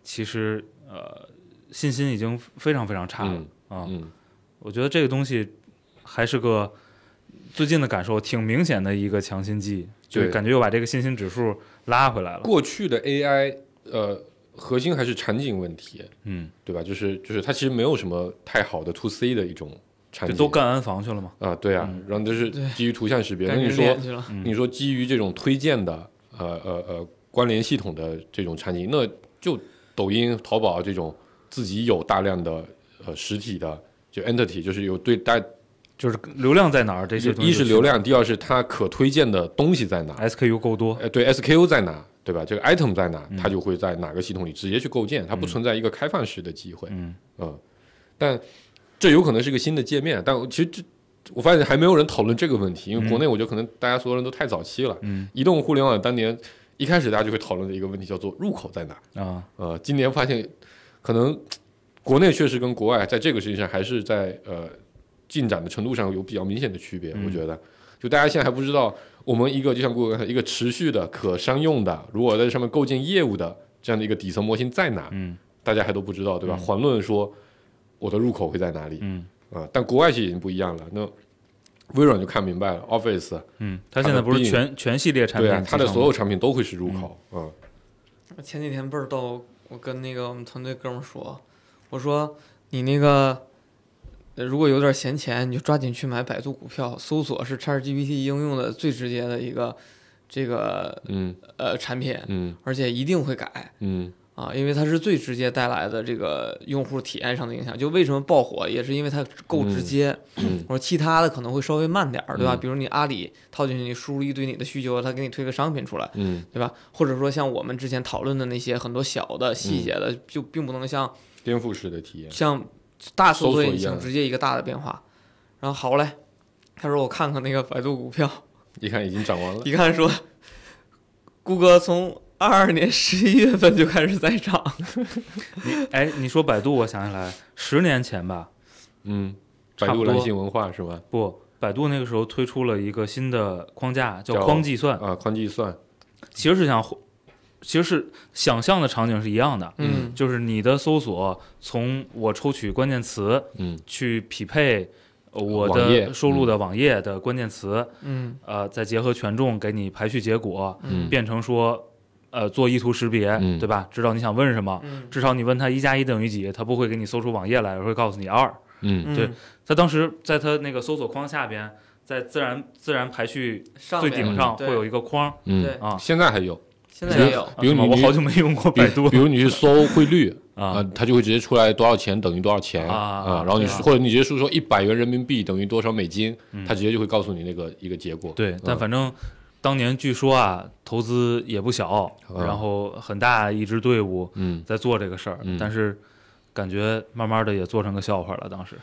其实呃信心已经非常非常差了嗯啊、嗯我觉得这个东西还是个。最近的感受挺明显的一个强心剂，就对感觉又把这个信心指数拉回来了。过去的 AI 呃核心还是场景问题，嗯，对吧？就是就是它其实没有什么太好的 to C 的一种场就景，都干安防去了嘛。啊，对啊，然后就是对基于图像识别，那干你人说脸去了，嗯你说基于这种推荐的呃呃呃关联系统的这种场景，那就抖音、淘宝啊这种自己有大量的呃实体的就 entity，就是有对大就是流量在哪儿这些东西，一是流量，第二是它可推荐的东西在哪， SKU 够多，呃对 SKU 在哪，对吧？这个 item 在哪，它就会在哪个系统里直接去构建，它不存在一个开放式的机会。嗯嗯，但这有可能是个新的界面，但我其实这我发现还没有人讨论这个问题，因为国内我觉得可能大家所有人都太早期了。嗯，移动互联网当年一开始大家就会讨论的一个问题叫做入口在哪？啊，呃，今年发现可能国内确实跟国外在这个事情上还是在呃进展的程度上有比较明显的区嗯别，我觉得。就大家现在还不知道，我们一个就像 Google 刚才一个持续的可商用的，如果在这上面构建业务的这样的一个底层模型在哪？嗯大家还都不知道，对吧？遑论说我的入口会在哪里呃嗯啊、但国外其实已经不一样了。那微软就看明白了，Office 嗯，它现在不是全全系列产对品啊，集它成的吗，所有产品都会是入口，嗯，前几天倍儿逗，我跟那个我们团队哥们儿说，我说你那个呃如果有点闲钱，你就抓紧去买百度股票，搜索是 ChatGPT 应用的最直接的一个这个嗯呃产品，嗯而且一定会改嗯啊，因为它是最直接带来的这个用户体验上的影响。就为什么爆火，也是因为它够直接。嗯我说其他的可能会稍微慢点儿，对吧？嗯比如你阿里套进去，你输入一堆你的需求，它给你推个商品出来。嗯，对吧？或者说像我们之前讨论的那些很多小的嗯细节的，就并不能像颠覆式的体验，像大搜搜索索一引样擎直接一个大的变化。然后好嘞，他说我看看那个百度股票，一看已经涨 完了，一看说，谷歌从二二年十一月份就开始在涨，哎，你说百度，我想起来，十年前吧，嗯，百差度不多蓝星文化是吧？不，百度那个时候推出了一个新的框架，叫叫框计算，啊，宽计算，其实是想，其实是想象的场景是一样的，嗯就是你的搜索从我抽取关键词嗯去匹配呃我网页嗯的收录的网页的关键词，嗯呃，再结合权重给你排序结果，嗯变成说，呃，做意图识别，嗯对吧？知道你想问什么，嗯，至少你问他一加一等于几，他不会给你搜出网页来，而会告诉你二。嗯对他当时在他那个搜索框下边，在自然自然排序上最面顶上会有对一个框嗯对，啊。现在还有，现在也有，比啊是如吗你我好久没用过比百度比如你去搜汇率。啊啊，，它就会直接出来多少钱等于多少钱啊啊，然后你对啊或者你直接输说一百元人民币等于多少美金，它直接就会告诉你那个一个结果。嗯对嗯，但反正当年据说啊，投资也不小，嗯然后很大一支队伍嗯，在做这个事儿嗯，但是感觉慢慢的也做成个笑话了。当时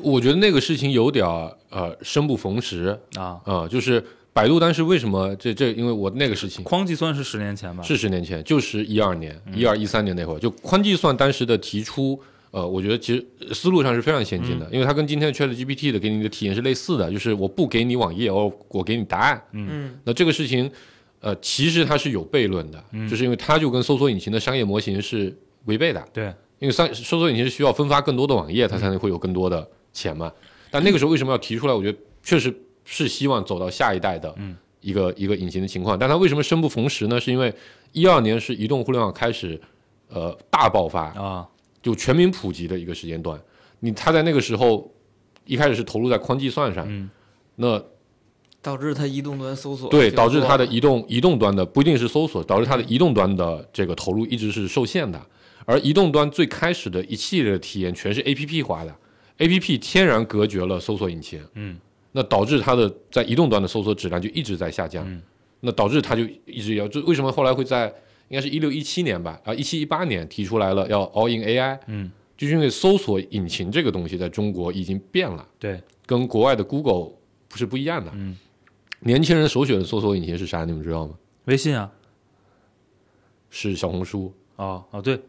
我觉得那个事情有点儿呃生不逢时啊，啊，就是百度当时为什么这这，因为我那个事情框计算是十年前吧？是十年前，就是一二年、一二一三年那会儿，就宽计算当时的提出，呃，我觉得其实呃思路上是非常先进的，因为它跟今天 Chat GPT 的给你的体验是类似的，就是我不给你网页，我我给你答案。嗯那这个事情，呃，其实它是有悖论的，就是因为它就跟搜索引擎的商业模型是违背的，对，因为商搜索引擎是需要分发更多的网页，它才能会有更多的钱嘛。但那个时候为什么要提出来？我觉得确实是希望走到下一代的嗯一个、一个引擎的情况。但它为什么生不逢时呢？是因为一二年是移动互联网开始呃大爆发，啊，就全民普及的一个时间段。你它在那个时候一开始是投入在宽计算上，嗯那导致它移动端搜索对就导致做它的移动移动端的不一定是搜索，导致它的移动端的这个投入一直是受限的。而移动端最开始的一系列的体验全是 A P P 化的，A P P 天然隔绝了搜索引擎，嗯，那导致它的在移动端的搜索质量就一直在下降，嗯那导致它就一直要，就为什么后来会在应该是一六一七年吧，啊一七一八年提出来了要 all in A I，嗯，就是因为搜索引擎这个东西在中国已经变了。对，跟国外的 Google 不是不一样的。嗯，年轻人首选的搜索引擎是啥？你们知道吗？微信啊，是小红书。哦哦对，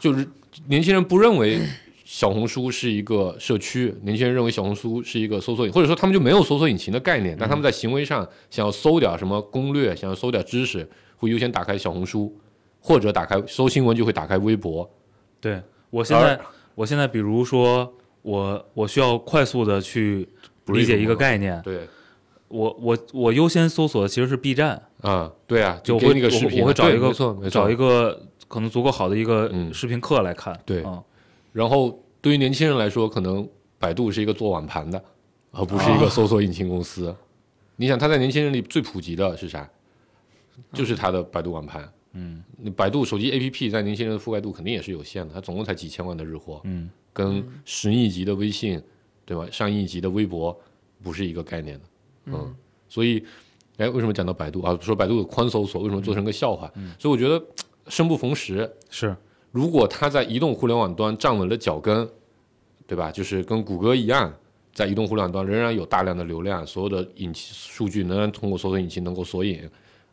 就是年轻人不认为小红书是一个社区，年轻人认为小红书是一个搜索引，或者说他们就没有搜索引擎的概嗯念。但他们在行为上想要搜点什么攻略，想要搜点知识，会优先打开小红书，或者打开搜新闻就会打开微博。对我现在，我现在比如说我我需要快速的去理解一个概念，对。我我我优先搜索的其实是 B 站，啊，对啊，就我给会你个视频，我会找对一个没错，没错，找一个可能足够好的一嗯个视频课来看。对嗯然后对于年轻人来说，可能百度是一个做网盘的，而不是一个搜索引擎公司。哦你想，它在年轻人里最普及的是啥？就是它的百度网盘。嗯，你百度手机 APP 在年轻人的覆盖度肯定也是有限的，它总共才几千万的日活，嗯，跟十亿级的微信，对吧？上亿级的微博不是一个概念的。嗯，所以，哎，为什么讲到百度啊？说百度的宽搜索为什么做成个笑话？嗯所以我觉得生不逢时，是如果它在移动互联网端站稳了脚跟，对吧？就是跟谷歌一样，在移动互联网端仍然有大量的流量，所有的引擎数据仍然通过搜索引擎能够索引，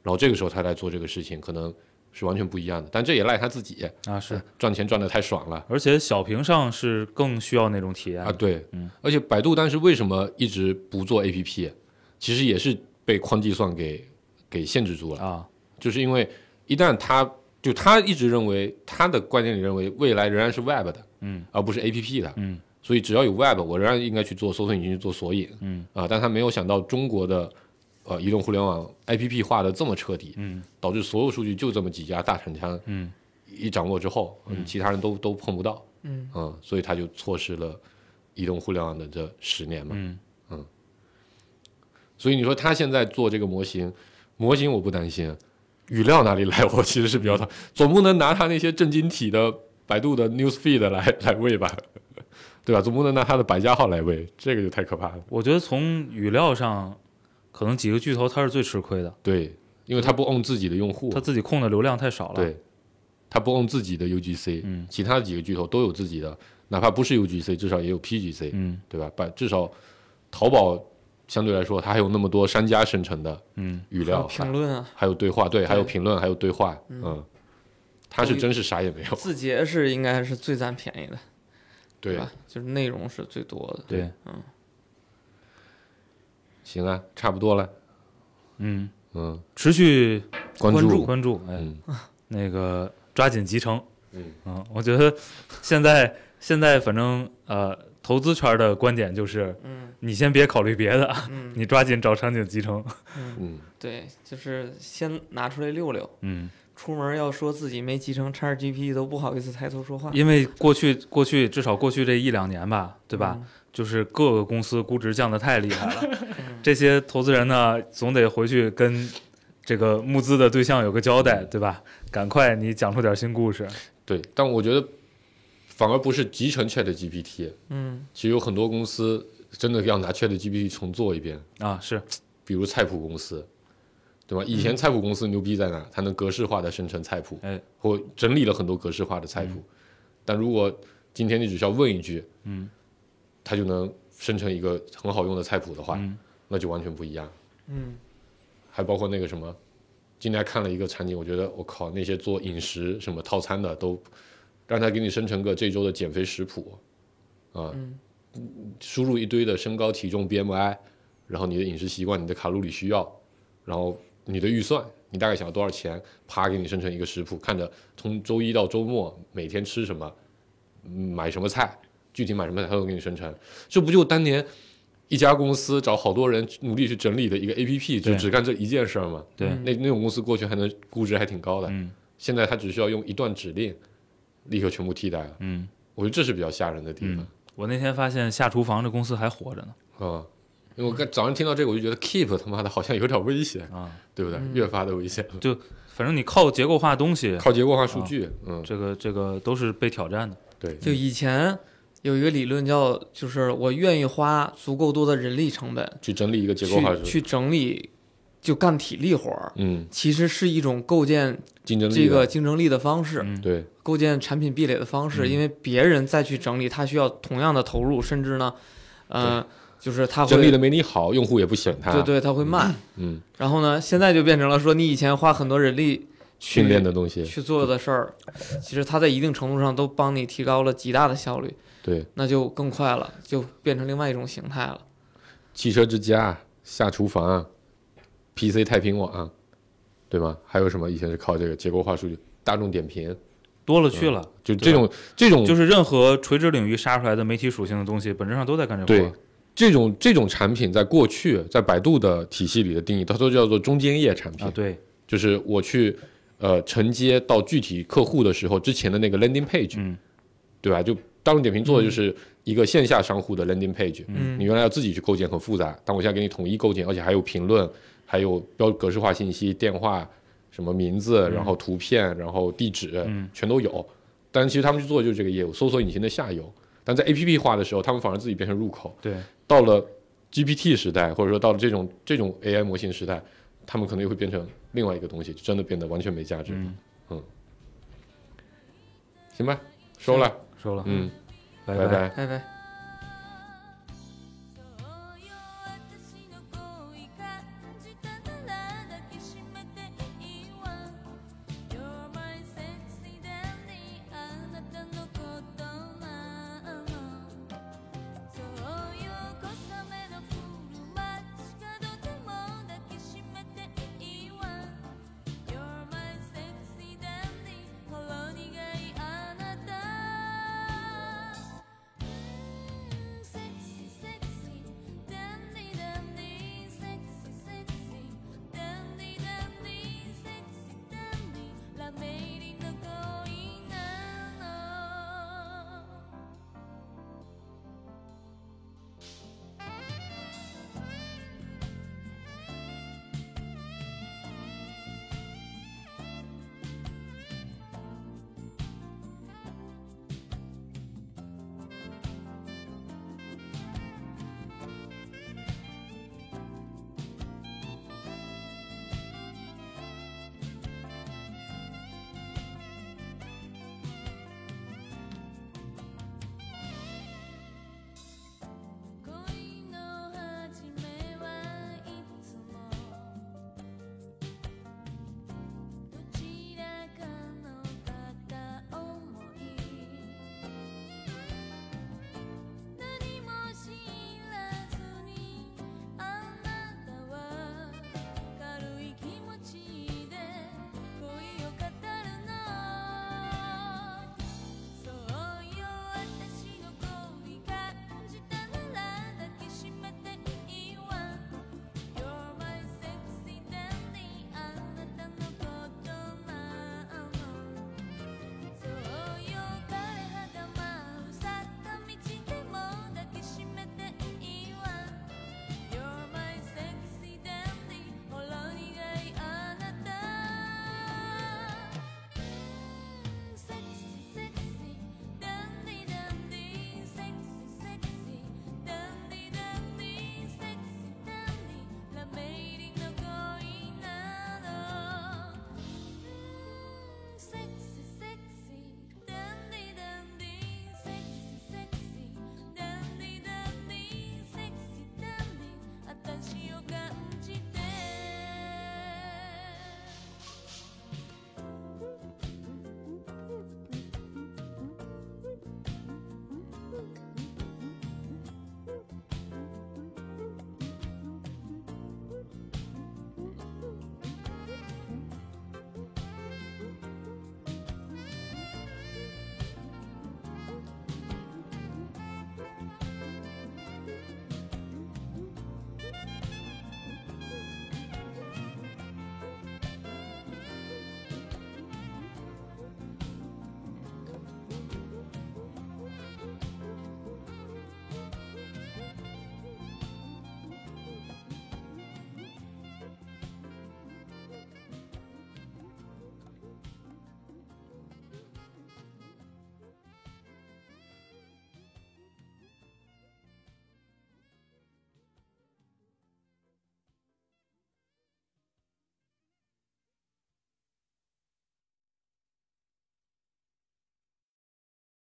然后这个时候它来做这个事情，可能是完全不一样的。但这也赖他自己，啊是，赚钱赚得太爽了而且小屏上是更需要那种体验啊！的。对，嗯而且百度当时为什么一直不做 APP，其实也是被宽计算给给限制住了。啊，就是因为一旦他就他一直认为他的观念里认为未来仍然是 Web 的，嗯，而不是 A P P 的，嗯，所以只要有 Web，我仍然应该去做搜索引擎去做索引嗯啊。但他没有想到中国的呃移动互联网 APP 化的这么彻底，嗯导致所有数据就这么几家大厂商嗯一掌握之后，嗯，其他人都都碰不到，嗯嗯，所以他就错失了移动互联网的这十年嘛。嗯所以你说他现在做这个模型，模型我不担心，语料哪里来，我其实是比较担，总不能拿他那些正经体的百度的 newsfeed 来来喂吧，对吧？总不能拿他的百家号来喂，这个就太可怕了。我觉得从语料上，可能几个巨头他是最吃亏的，对，因为他不 own 自己的用户他，自己控的流量太少了。，对，他不 own 自己的 UGC，、嗯其他几个巨头都有自己的，哪怕不是 UGC，至少也有 PGC，、嗯对吧？把至少淘宝相对来说，它还有那么多商家生成的嗯，语还有料，评论啊，还有对话，对，还有评论，还有对话，嗯，他是都有真是啥也没有，字节是应该是最占便宜的，对吧？就是内容是最多的。对，行啊，差不多了，嗯，嗯，持续关关注，关注，哎，嗯，那个抓紧集成。嗯我觉得现在现在反正呃，投资圈的观点就是，嗯你先别考虑别的，嗯你抓紧找场景集成。嗯，嗯，对，就是先拿出来溜溜，嗯，出门要说自己没集成 XGP 都不好意思抬头说话，嗯因为过去过去至少过去这一两年吧，对吧？就是各个公司估值降得太厉害了，嗯？这些投资人呢，总得回去跟这个募资的对象有个交代，对吧？赶快你讲出点新故事。对，但我觉得反而不是集成 Chat GPT，嗯其实有很多公司真的要拿 Chat GPT 重做一遍，啊，是，比如菜谱公司，嗯对吧？以前菜谱公司牛逼在哪？它能格式化的生成菜谱，哎，或整理了很多格式化的菜谱。但如果今天你只需要问一句，嗯，它就能生成一个很好用的菜谱的话，嗯那就完全不一样。嗯还包括那个什么，今天还看了一个场景，我觉得我靠，那些做饮食什么套餐的都让他给你生成个这周的减肥食谱，啊，嗯输入一堆的身高、体重、BMI，然后你的饮食习惯、你的卡路里需要，然后你的预算，你大概想要多少钱，啪给你生成一个食谱，看着从周一到周末每天吃什么，嗯买什么菜，具体买什么菜，他都给你生成，这不就当年。一家公司找好多人努力去整理的一个 A P P，就对只干这一件事儿嘛。对，嗯那那种公司过去还能估值还挺高的，嗯现在它只需要用一段指令，立刻全部替代了。嗯，我觉得这是比较吓人的地方嗯我那天发现下厨房这公司还活着呢。啊、因为我刚早上听到这个，我就觉得 Keep 他妈的好像有点危险，啊，对不对？嗯越发的危险了，反正你靠结构化东西，靠结构化数据，嗯，这个这个都是被挑战的。对，啊就以前有一个理论叫，就是我愿意花足够多的人力成本去整理一个结构化去数据，去整理，就干体力活儿，嗯，其实是一种构建竞争力这个的竞争力的方式，嗯，对，构建产品壁垒的方式，嗯因为别人再去整理，他需要同样的投入，甚至呢，呃，就是他整理会的没你好，用户也不选它，对对，他会慢。嗯，然后呢，现在就变成了说，你以前花很多人力去训练的东西，去做的事儿，其实它在一定程度上都帮你提高了极大的效率，对，那就更快了，就变成另外一种形态了。汽车之家、下厨房、PC 太平网，对吧？还有什么以前是靠这个结构化数据，大众点评，多了去了，就啊这种这种就是任何垂直领域杀出来的媒体属性的东西，本质上都在干这活对儿。，这种这种产品在过去在百度的体系里的定义，它都叫做中间页产品，啊，对，就是我去呃承接到具体客户的时候之前的那个 landing page，、嗯对吧？就大众点评做的就是一个线下商户的 landing page，、嗯你原来要自己去构建很复杂，但我现在给你统一构建，而且还有评论，还有标格式化信息、电话、什么名字，然后图片，然后地址，嗯全都有。但其实他们去做的就是这个业务，搜索引擎的下游。但在 A P P 化的时候，他们反而自己变成入口。对，到了 GPT 时代，或者说到了这种这种 AI 模型时代，他们可能又会变成另外一个东西，就真的变得完全没价值。嗯，行吧，收了，收了，嗯，拜拜。拜拜。Mm,